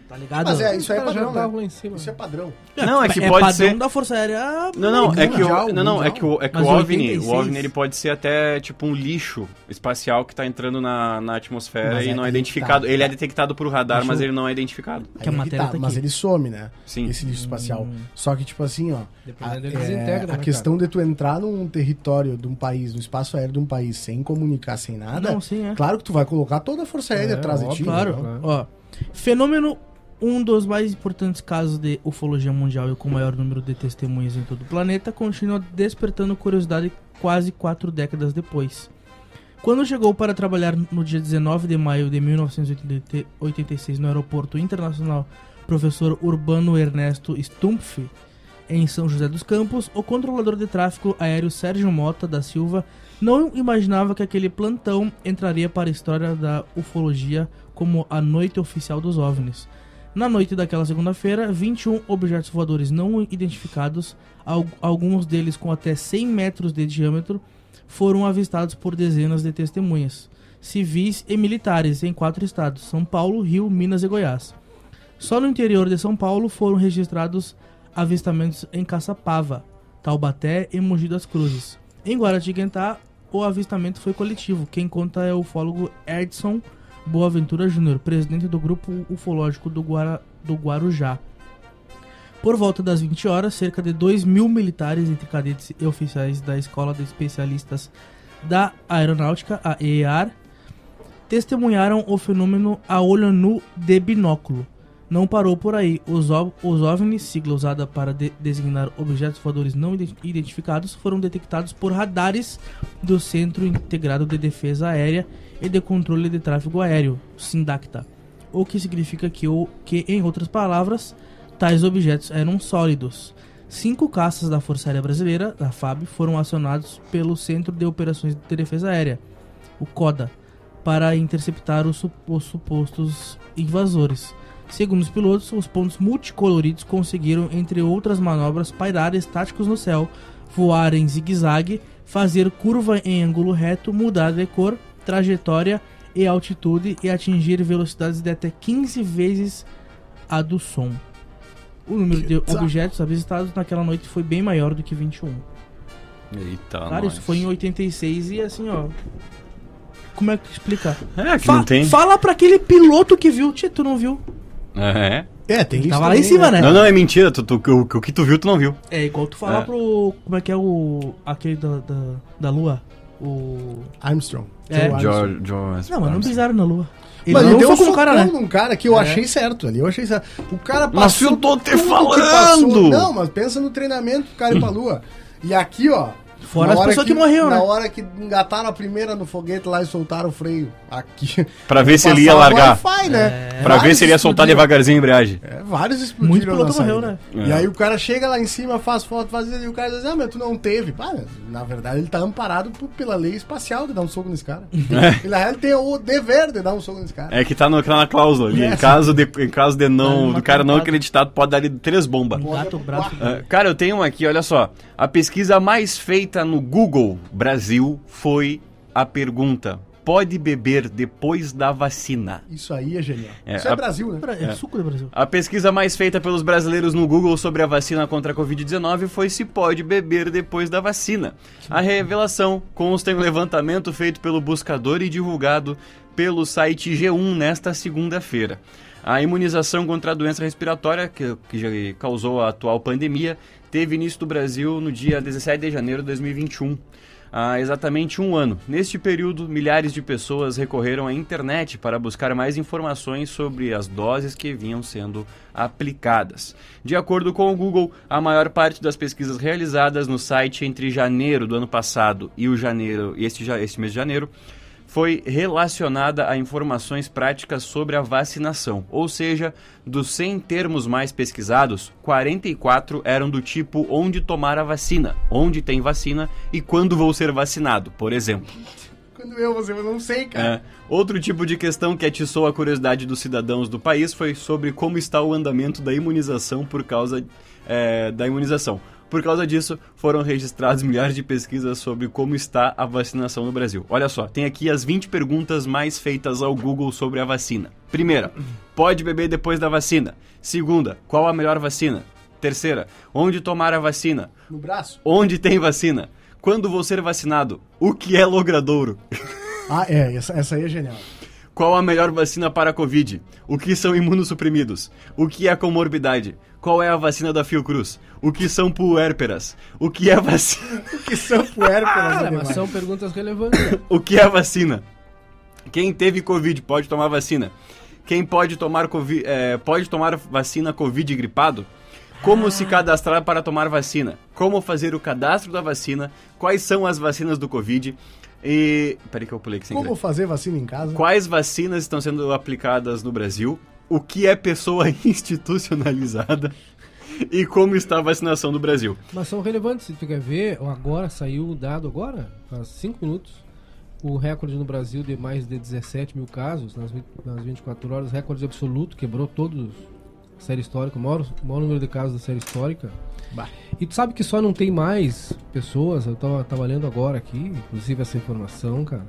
C: tá ligado?
D: Mas é,
G: Os
D: isso aí é
G: caras já
D: padrão, né?
G: estavam lá em cima.
D: Isso é padrão.
E: Não, é que
C: é
E: pode
C: padrão
E: ser.
C: da Força Aérea.
E: Não, não, é que,
D: mundial,
E: o, não, não, é
D: mundial.
E: que, o, é que
C: Mas
E: o OVNI, o
C: 86.
E: OVNI ele pode ser até tipo um lixo espacial que tá entrando na, na atmosfera
D: Mas
E: e
D: é
E: não
D: aí
E: é
D: que tá.
E: identificado. Ele é detectado por radar,
D: Deixa
E: mas
D: eu-
E: ele não é identificado.
D: Aí
C: Que a
D: é
C: matéria tá
D: mas
C: aqui. Hum.
D: ele some, né?
E: Sim.
D: Esse lixo espacial. Só que, tipo assim, ó. A,
G: Dependendo, eles
D: é,
G: integram,
D: a
G: né,
D: questão de tu entrar num território de um país, no espaço aéreo de um país, sem comunicar, sem nada.
C: Não, sim, é.
D: Claro que tu vai colocar toda a força aérea
G: É,
D: atrás de ti.
G: óbvio,
D: né?
C: Claro,
G: Claro.
C: ó. Fenômeno, um dos mais importantes casos de ufologia mundial e com o maior número de testemunhas em todo o planeta, continua despertando curiosidade quase quatro décadas depois. Quando chegou para trabalhar no dia 19 de maio de 1986 no aeroporto internacional Professor Urbano Ernesto Stumpf, em São José dos Campos, o controlador de tráfego aéreo Sérgio Mota da Silva não imaginava que aquele plantão entraria para a história da ufologia como a noite oficial dos OVNIs. Na noite daquela segunda-feira, 21 objetos voadores não identificados, al- alguns deles com até 100 metros de diâmetro, foram avistados por dezenas de testemunhas, civis e militares, em quatro estados: São Paulo, Rio, Minas e Goiás. Só no interior de São Paulo foram registrados avistamentos em Caçapava, Taubaté e Mogi das Cruzes. Em Guaratinguetá, o avistamento foi coletivo. Quem conta é o ufólogo Edson Boaventura Júnior, presidente do grupo ufológico do, Guara- do Guarujá. Por volta das 20 horas, cerca de 2 mil militares, entre cadetes e oficiais da Escola de Especialistas da Aeronáutica, a EAR, testemunharam o fenômeno a olho nu de binóculo. Não parou por aí. Os, ov os OVNIs, sigla usada para de- designar objetos voadores não ident- identificados, foram detectados por radares do Centro Integrado de Defesa Aérea e de Controle de Tráfego Aéreo, SINDACTA. O que significa que, o, que em outras palavras, tais objetos eram sólidos. Cinco caças da Força Aérea Brasileira, da FAB, foram acionados pelo Centro de Operações de Defesa Aérea, o CODA, para interceptar os, su- os supostos invasores. Segundo os pilotos, os pontos multicoloridos conseguiram, entre outras manobras, pairar estáticos no céu, voar em zigue-zague, fazer curva em ângulo reto, mudar de cor, trajetória e altitude e atingir velocidades de até 15 vezes a do som. O número de objetos avistados naquela noite foi bem maior do que 21.
E: Eita,
C: Cara, isso
E: nós.
C: foi um- em 86 e assim, ó. Como é que explicar?
E: É, que
C: Fa-
E: não tem.
C: Fala pra aquele piloto que viu. Tchê, tu não viu?
E: É.
D: É, tem isso.
C: Tava lá em
D: também,
C: cima, né?
E: Não, não, é mentira. Tu, tu- o, o que tu viu, tu não viu.
C: É igual tu falar
E: É.
C: pro. Como é que é o. Aquele da, da, da lua? O.
D: Armstrong.
C: É.
D: Joe Armstrong.
E: George, George
C: Não, mas não pisaram na lua. Ele
D: Mas ele
C: não
D: deu um
C: foi com
D: socão
C: o cara, né?
D: num cara que eu
C: É.
D: achei certo ali. Eu achei certo. O cara
E: Mas
D: passou.
E: eu tô te
D: tudo que
E: falando!
D: passou. Não, mas pensa no treinamento do cara ir pra lua. E aqui, ó.
C: Fora
D: na
C: as
D: hora
C: pessoas que morreram,
D: Na
C: né?
D: hora que engataram a primeira no foguete lá e soltaram o freio. Aqui.
E: Pra ver se ele ia
D: Passava
E: largar.
D: Wi-Fi, né?
C: É.
E: Pra ver
D: Vários
E: se ele ia soltar
D: explodiram.
E: devagarzinho a embreagem.
D: É, vários explodiram.
C: Muito piloto
D: na saída.
C: morreu, né?
E: É.
D: E aí o cara chega lá em cima, faz foto, faz isso, e o cara diz: Ah, meu, tu não teve. Para, na verdade, ele tá amparado por- pela lei espacial de dar um soco nesse cara. Ele, na real, ele tem o dever de dar um soco nesse cara.
E: É que tá, no, tá na cláusula ali. Em
D: É.
E: caso de, em caso de não,
C: Tá
E: do cara não
C: matado.
E: acreditado, pode dar ali três bombas.
C: Um gato bravo.
E: Ah, Cara, eu tenho uma aqui, olha só. A pesquisa mais feita no Google Brasil foi a pergunta: pode beber depois da vacina?
D: Isso aí é genial.
E: É,
D: isso
E: a-
D: é Brasil, né?
C: É suco do Brasil.
E: A pesquisa mais feita pelos brasileiros no Google sobre a vacina contra a Covid-19 foi se pode beber depois da vacina. A revelação consta em um levantamento feito pelo buscador e divulgado pelo site G1 nesta segunda-feira. A imunização contra a doença respiratória, que, que já causou a atual pandemia, teve início no Brasil no dia 17 de janeiro de 2021 há exatamente um ano. Neste período, milhares de pessoas recorreram à internet para buscar mais informações sobre as doses que vinham sendo aplicadas. De acordo com o Google, a maior parte das pesquisas realizadas no site entre janeiro do ano passado e o janeiro, e este, ja- este mês de janeiro, foi relacionada a informações práticas sobre a vacinação, ou seja, dos 100 termos mais pesquisados, 44 eram do tipo onde tomar a vacina, onde tem vacina e quando vou ser vacinado, por exemplo.
D: Quando eu, você, eu não sei, cara.
E: É. Outro tipo de questão que atiçou a curiosidade dos cidadãos do país foi sobre como está o andamento da imunização por causa é, da imunização. Por causa disso, foram registrados milhares de pesquisas sobre como está a vacinação no Brasil. Olha só, tem aqui as 20 perguntas mais feitas ao Google sobre a vacina. Primeira, pode beber depois da vacina? Segunda, qual a melhor vacina? Terceira, onde tomar a vacina?
D: No braço.
E: Onde tem vacina? Quando vou ser vacinado? O que é logradouro?
D: Ah, é, essa, essa aí é genial.
E: Qual a melhor vacina para a Covid? O que são imunossuprimidos? O que é comorbidade? Qual é a vacina da Fiocruz? O que são puérperas? O que é vacina?
D: Que é, sampuera
G: Cara,
D: pelas
G: mas
D: demais.
G: são perguntas relevantes. né?
E: O que é vacina? Quem teve Covid pode tomar vacina? Quem pode tomar, COVID, pode tomar vacina Covid gripado? Como se cadastrar para tomar vacina? Como fazer o cadastro da vacina? Quais são as vacinas do Covid? E. Peraí que eu pulei aqui sem querer.
D: Como fazer vacina em casa?
E: Quais vacinas estão sendo aplicadas no Brasil? O que é pessoa institucionalizada? E como está a vacinação do Brasil?
G: Mas são relevantes, se tu quer ver, agora saiu o dado agora, faz 5 minutos, o recorde no Brasil de mais de 17 mil casos nas, vi- nas 24 horas, recorde absoluto, quebrou todos a série histórica, o maior, o maior número de casos da série histórica.
D: Bah.
G: E tu sabe que só não tem mais pessoas, eu tava, tava lendo agora aqui, inclusive essa informação, cara.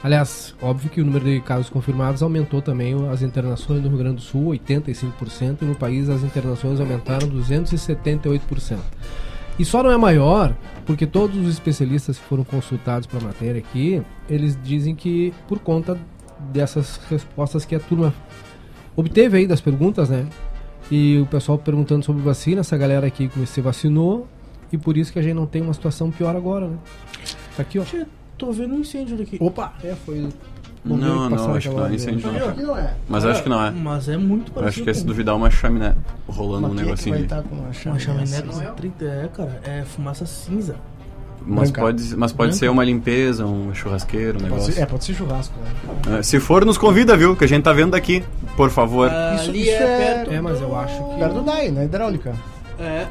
G: Aliás, óbvio que o número de casos confirmados aumentou também as internações no Rio Grande do Sul, 85%, e no país as internações aumentaram 278%. E só não é maior porque todos os especialistas que foram consultados para a matéria aqui, eles dizem que por conta dessas respostas que a turma obteve aí das perguntas, né? E o pessoal perguntando sobre vacina, essa galera aqui que se vacinou, e por isso que a gente não tem uma situação pior agora, né? Tá aqui, ó.
C: Tchê, tô vendo um incêndio aqui.
D: Opa!
G: É, foi Bombeiro
E: Não, não,
G: que passava
E: acho que
G: naquela
E: não,
G: hora.
E: isso a gente não-
D: Viu? Aqui não é.
E: Mas acho que não é.
C: Mas é
E: Eu
C: muito
E: acho
C: parecido.
E: que é se
C: com-
E: duvidar uma chaminé rolando
D: Mas quem é
E: um
D: que
E: negocinho
D: vai
E: ali.
D: estar com uma
C: Uma
D: chaminé
C: chaminé
D: assim?
C: com 30 é, cara. É fumaça cinza.
E: Mas
G: Branca.
E: pode, mas pode
C: Branca.
E: ser uma limpeza, um churrasqueiro, um
D: Pode ser-
E: negócio.
D: é, pode ser churrasco, né?
E: É, Se for, nos convida, viu? Que a gente tá vendo daqui, por favor.
D: Isso-
C: Ali
D: isso
C: é,
D: é-
C: perto.
G: É, mas eu acho que.
D: Perto do DAI, na hidráulica.
C: É.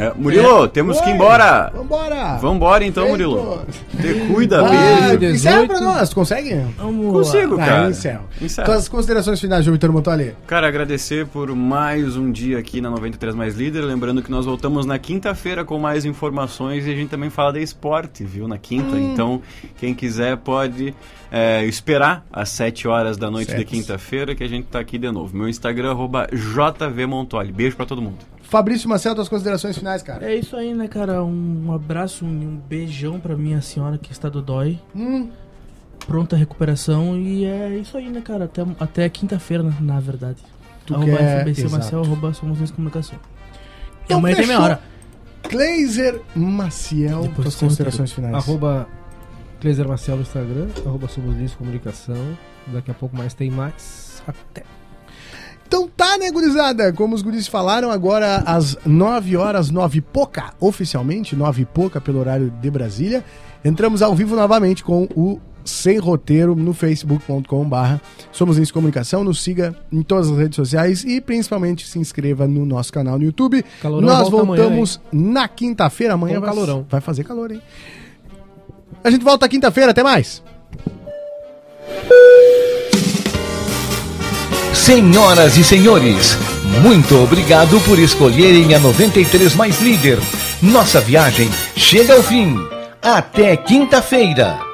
E: É, Murilo, temos que ir embora!
D: Vambora!
E: Vambora então,
D: Feito.
E: Murilo. Te cuida,
D: Ah,
E: beijo.
G: Beijo,
D: encerra
G: 18.
D: pra nós, tu consegue?
C: Vamos
E: Consigo,
D: Ah,
E: cara.
D: encerra.
E: Encerra.
D: Tuas considerações finais, João Vitor Montoli.
E: Cara, agradecer por mais um dia aqui na 93 Mais Líder. Lembrando que nós voltamos na quinta-feira com mais informações e a gente também fala de esporte, viu? Na quinta. Então, quem quiser pode é, esperar às 7 horas da noite de
D: Certo.
E: quinta-feira que a gente tá aqui de novo. Meu Instagram, arroba JVMontoli. Beijo pra todo mundo.
D: Fabrício Marcel, tuas considerações finais, cara.
C: É isso aí, né, cara? Um abraço e um beijão pra minha senhora que está do dói.
D: Hum,
C: Pronta recuperação. E é isso aí, né, cara? Até, até quinta-feira, na, na verdade.
D: Tu
C: arroba
D: quer-
C: FBC
D: exato.
C: Marcel, arroba Somos Dois Comunicação.
D: Então
C: Amanhã tem minha
D: fechou.
C: hora.
D: Cleiser Maciel,
C: Depois
D: tuas
C: tem
D: considerações finais.
G: Arroba Cleiser Marcel no Instagram, arroba Somos Livres Comunicação. Daqui a pouco mais tem mais. Até.
D: Então tá, né, gurizada? Como os guris falaram, agora às 9 horas, 9 e pouca, oficialmente, 9 e pouca pelo horário de Brasília. Entramos ao vivo novamente com o Sem Roteiro no facebook.com.br. Somos em Comunicação, nos siga em todas as redes sociais e principalmente se inscreva no nosso canal no YouTube.
G: Calorão
D: Nós
G: volta amanhã,
D: voltamos na quinta-feira, amanhã
G: Com
D: vai-
G: calorão.
D: vai fazer calor, hein? A gente volta quinta-feira, até mais!
B: Senhoras e senhores, muito obrigado por escolherem a 93 Mais Líder. Nossa viagem chega ao fim. Até quinta-feira.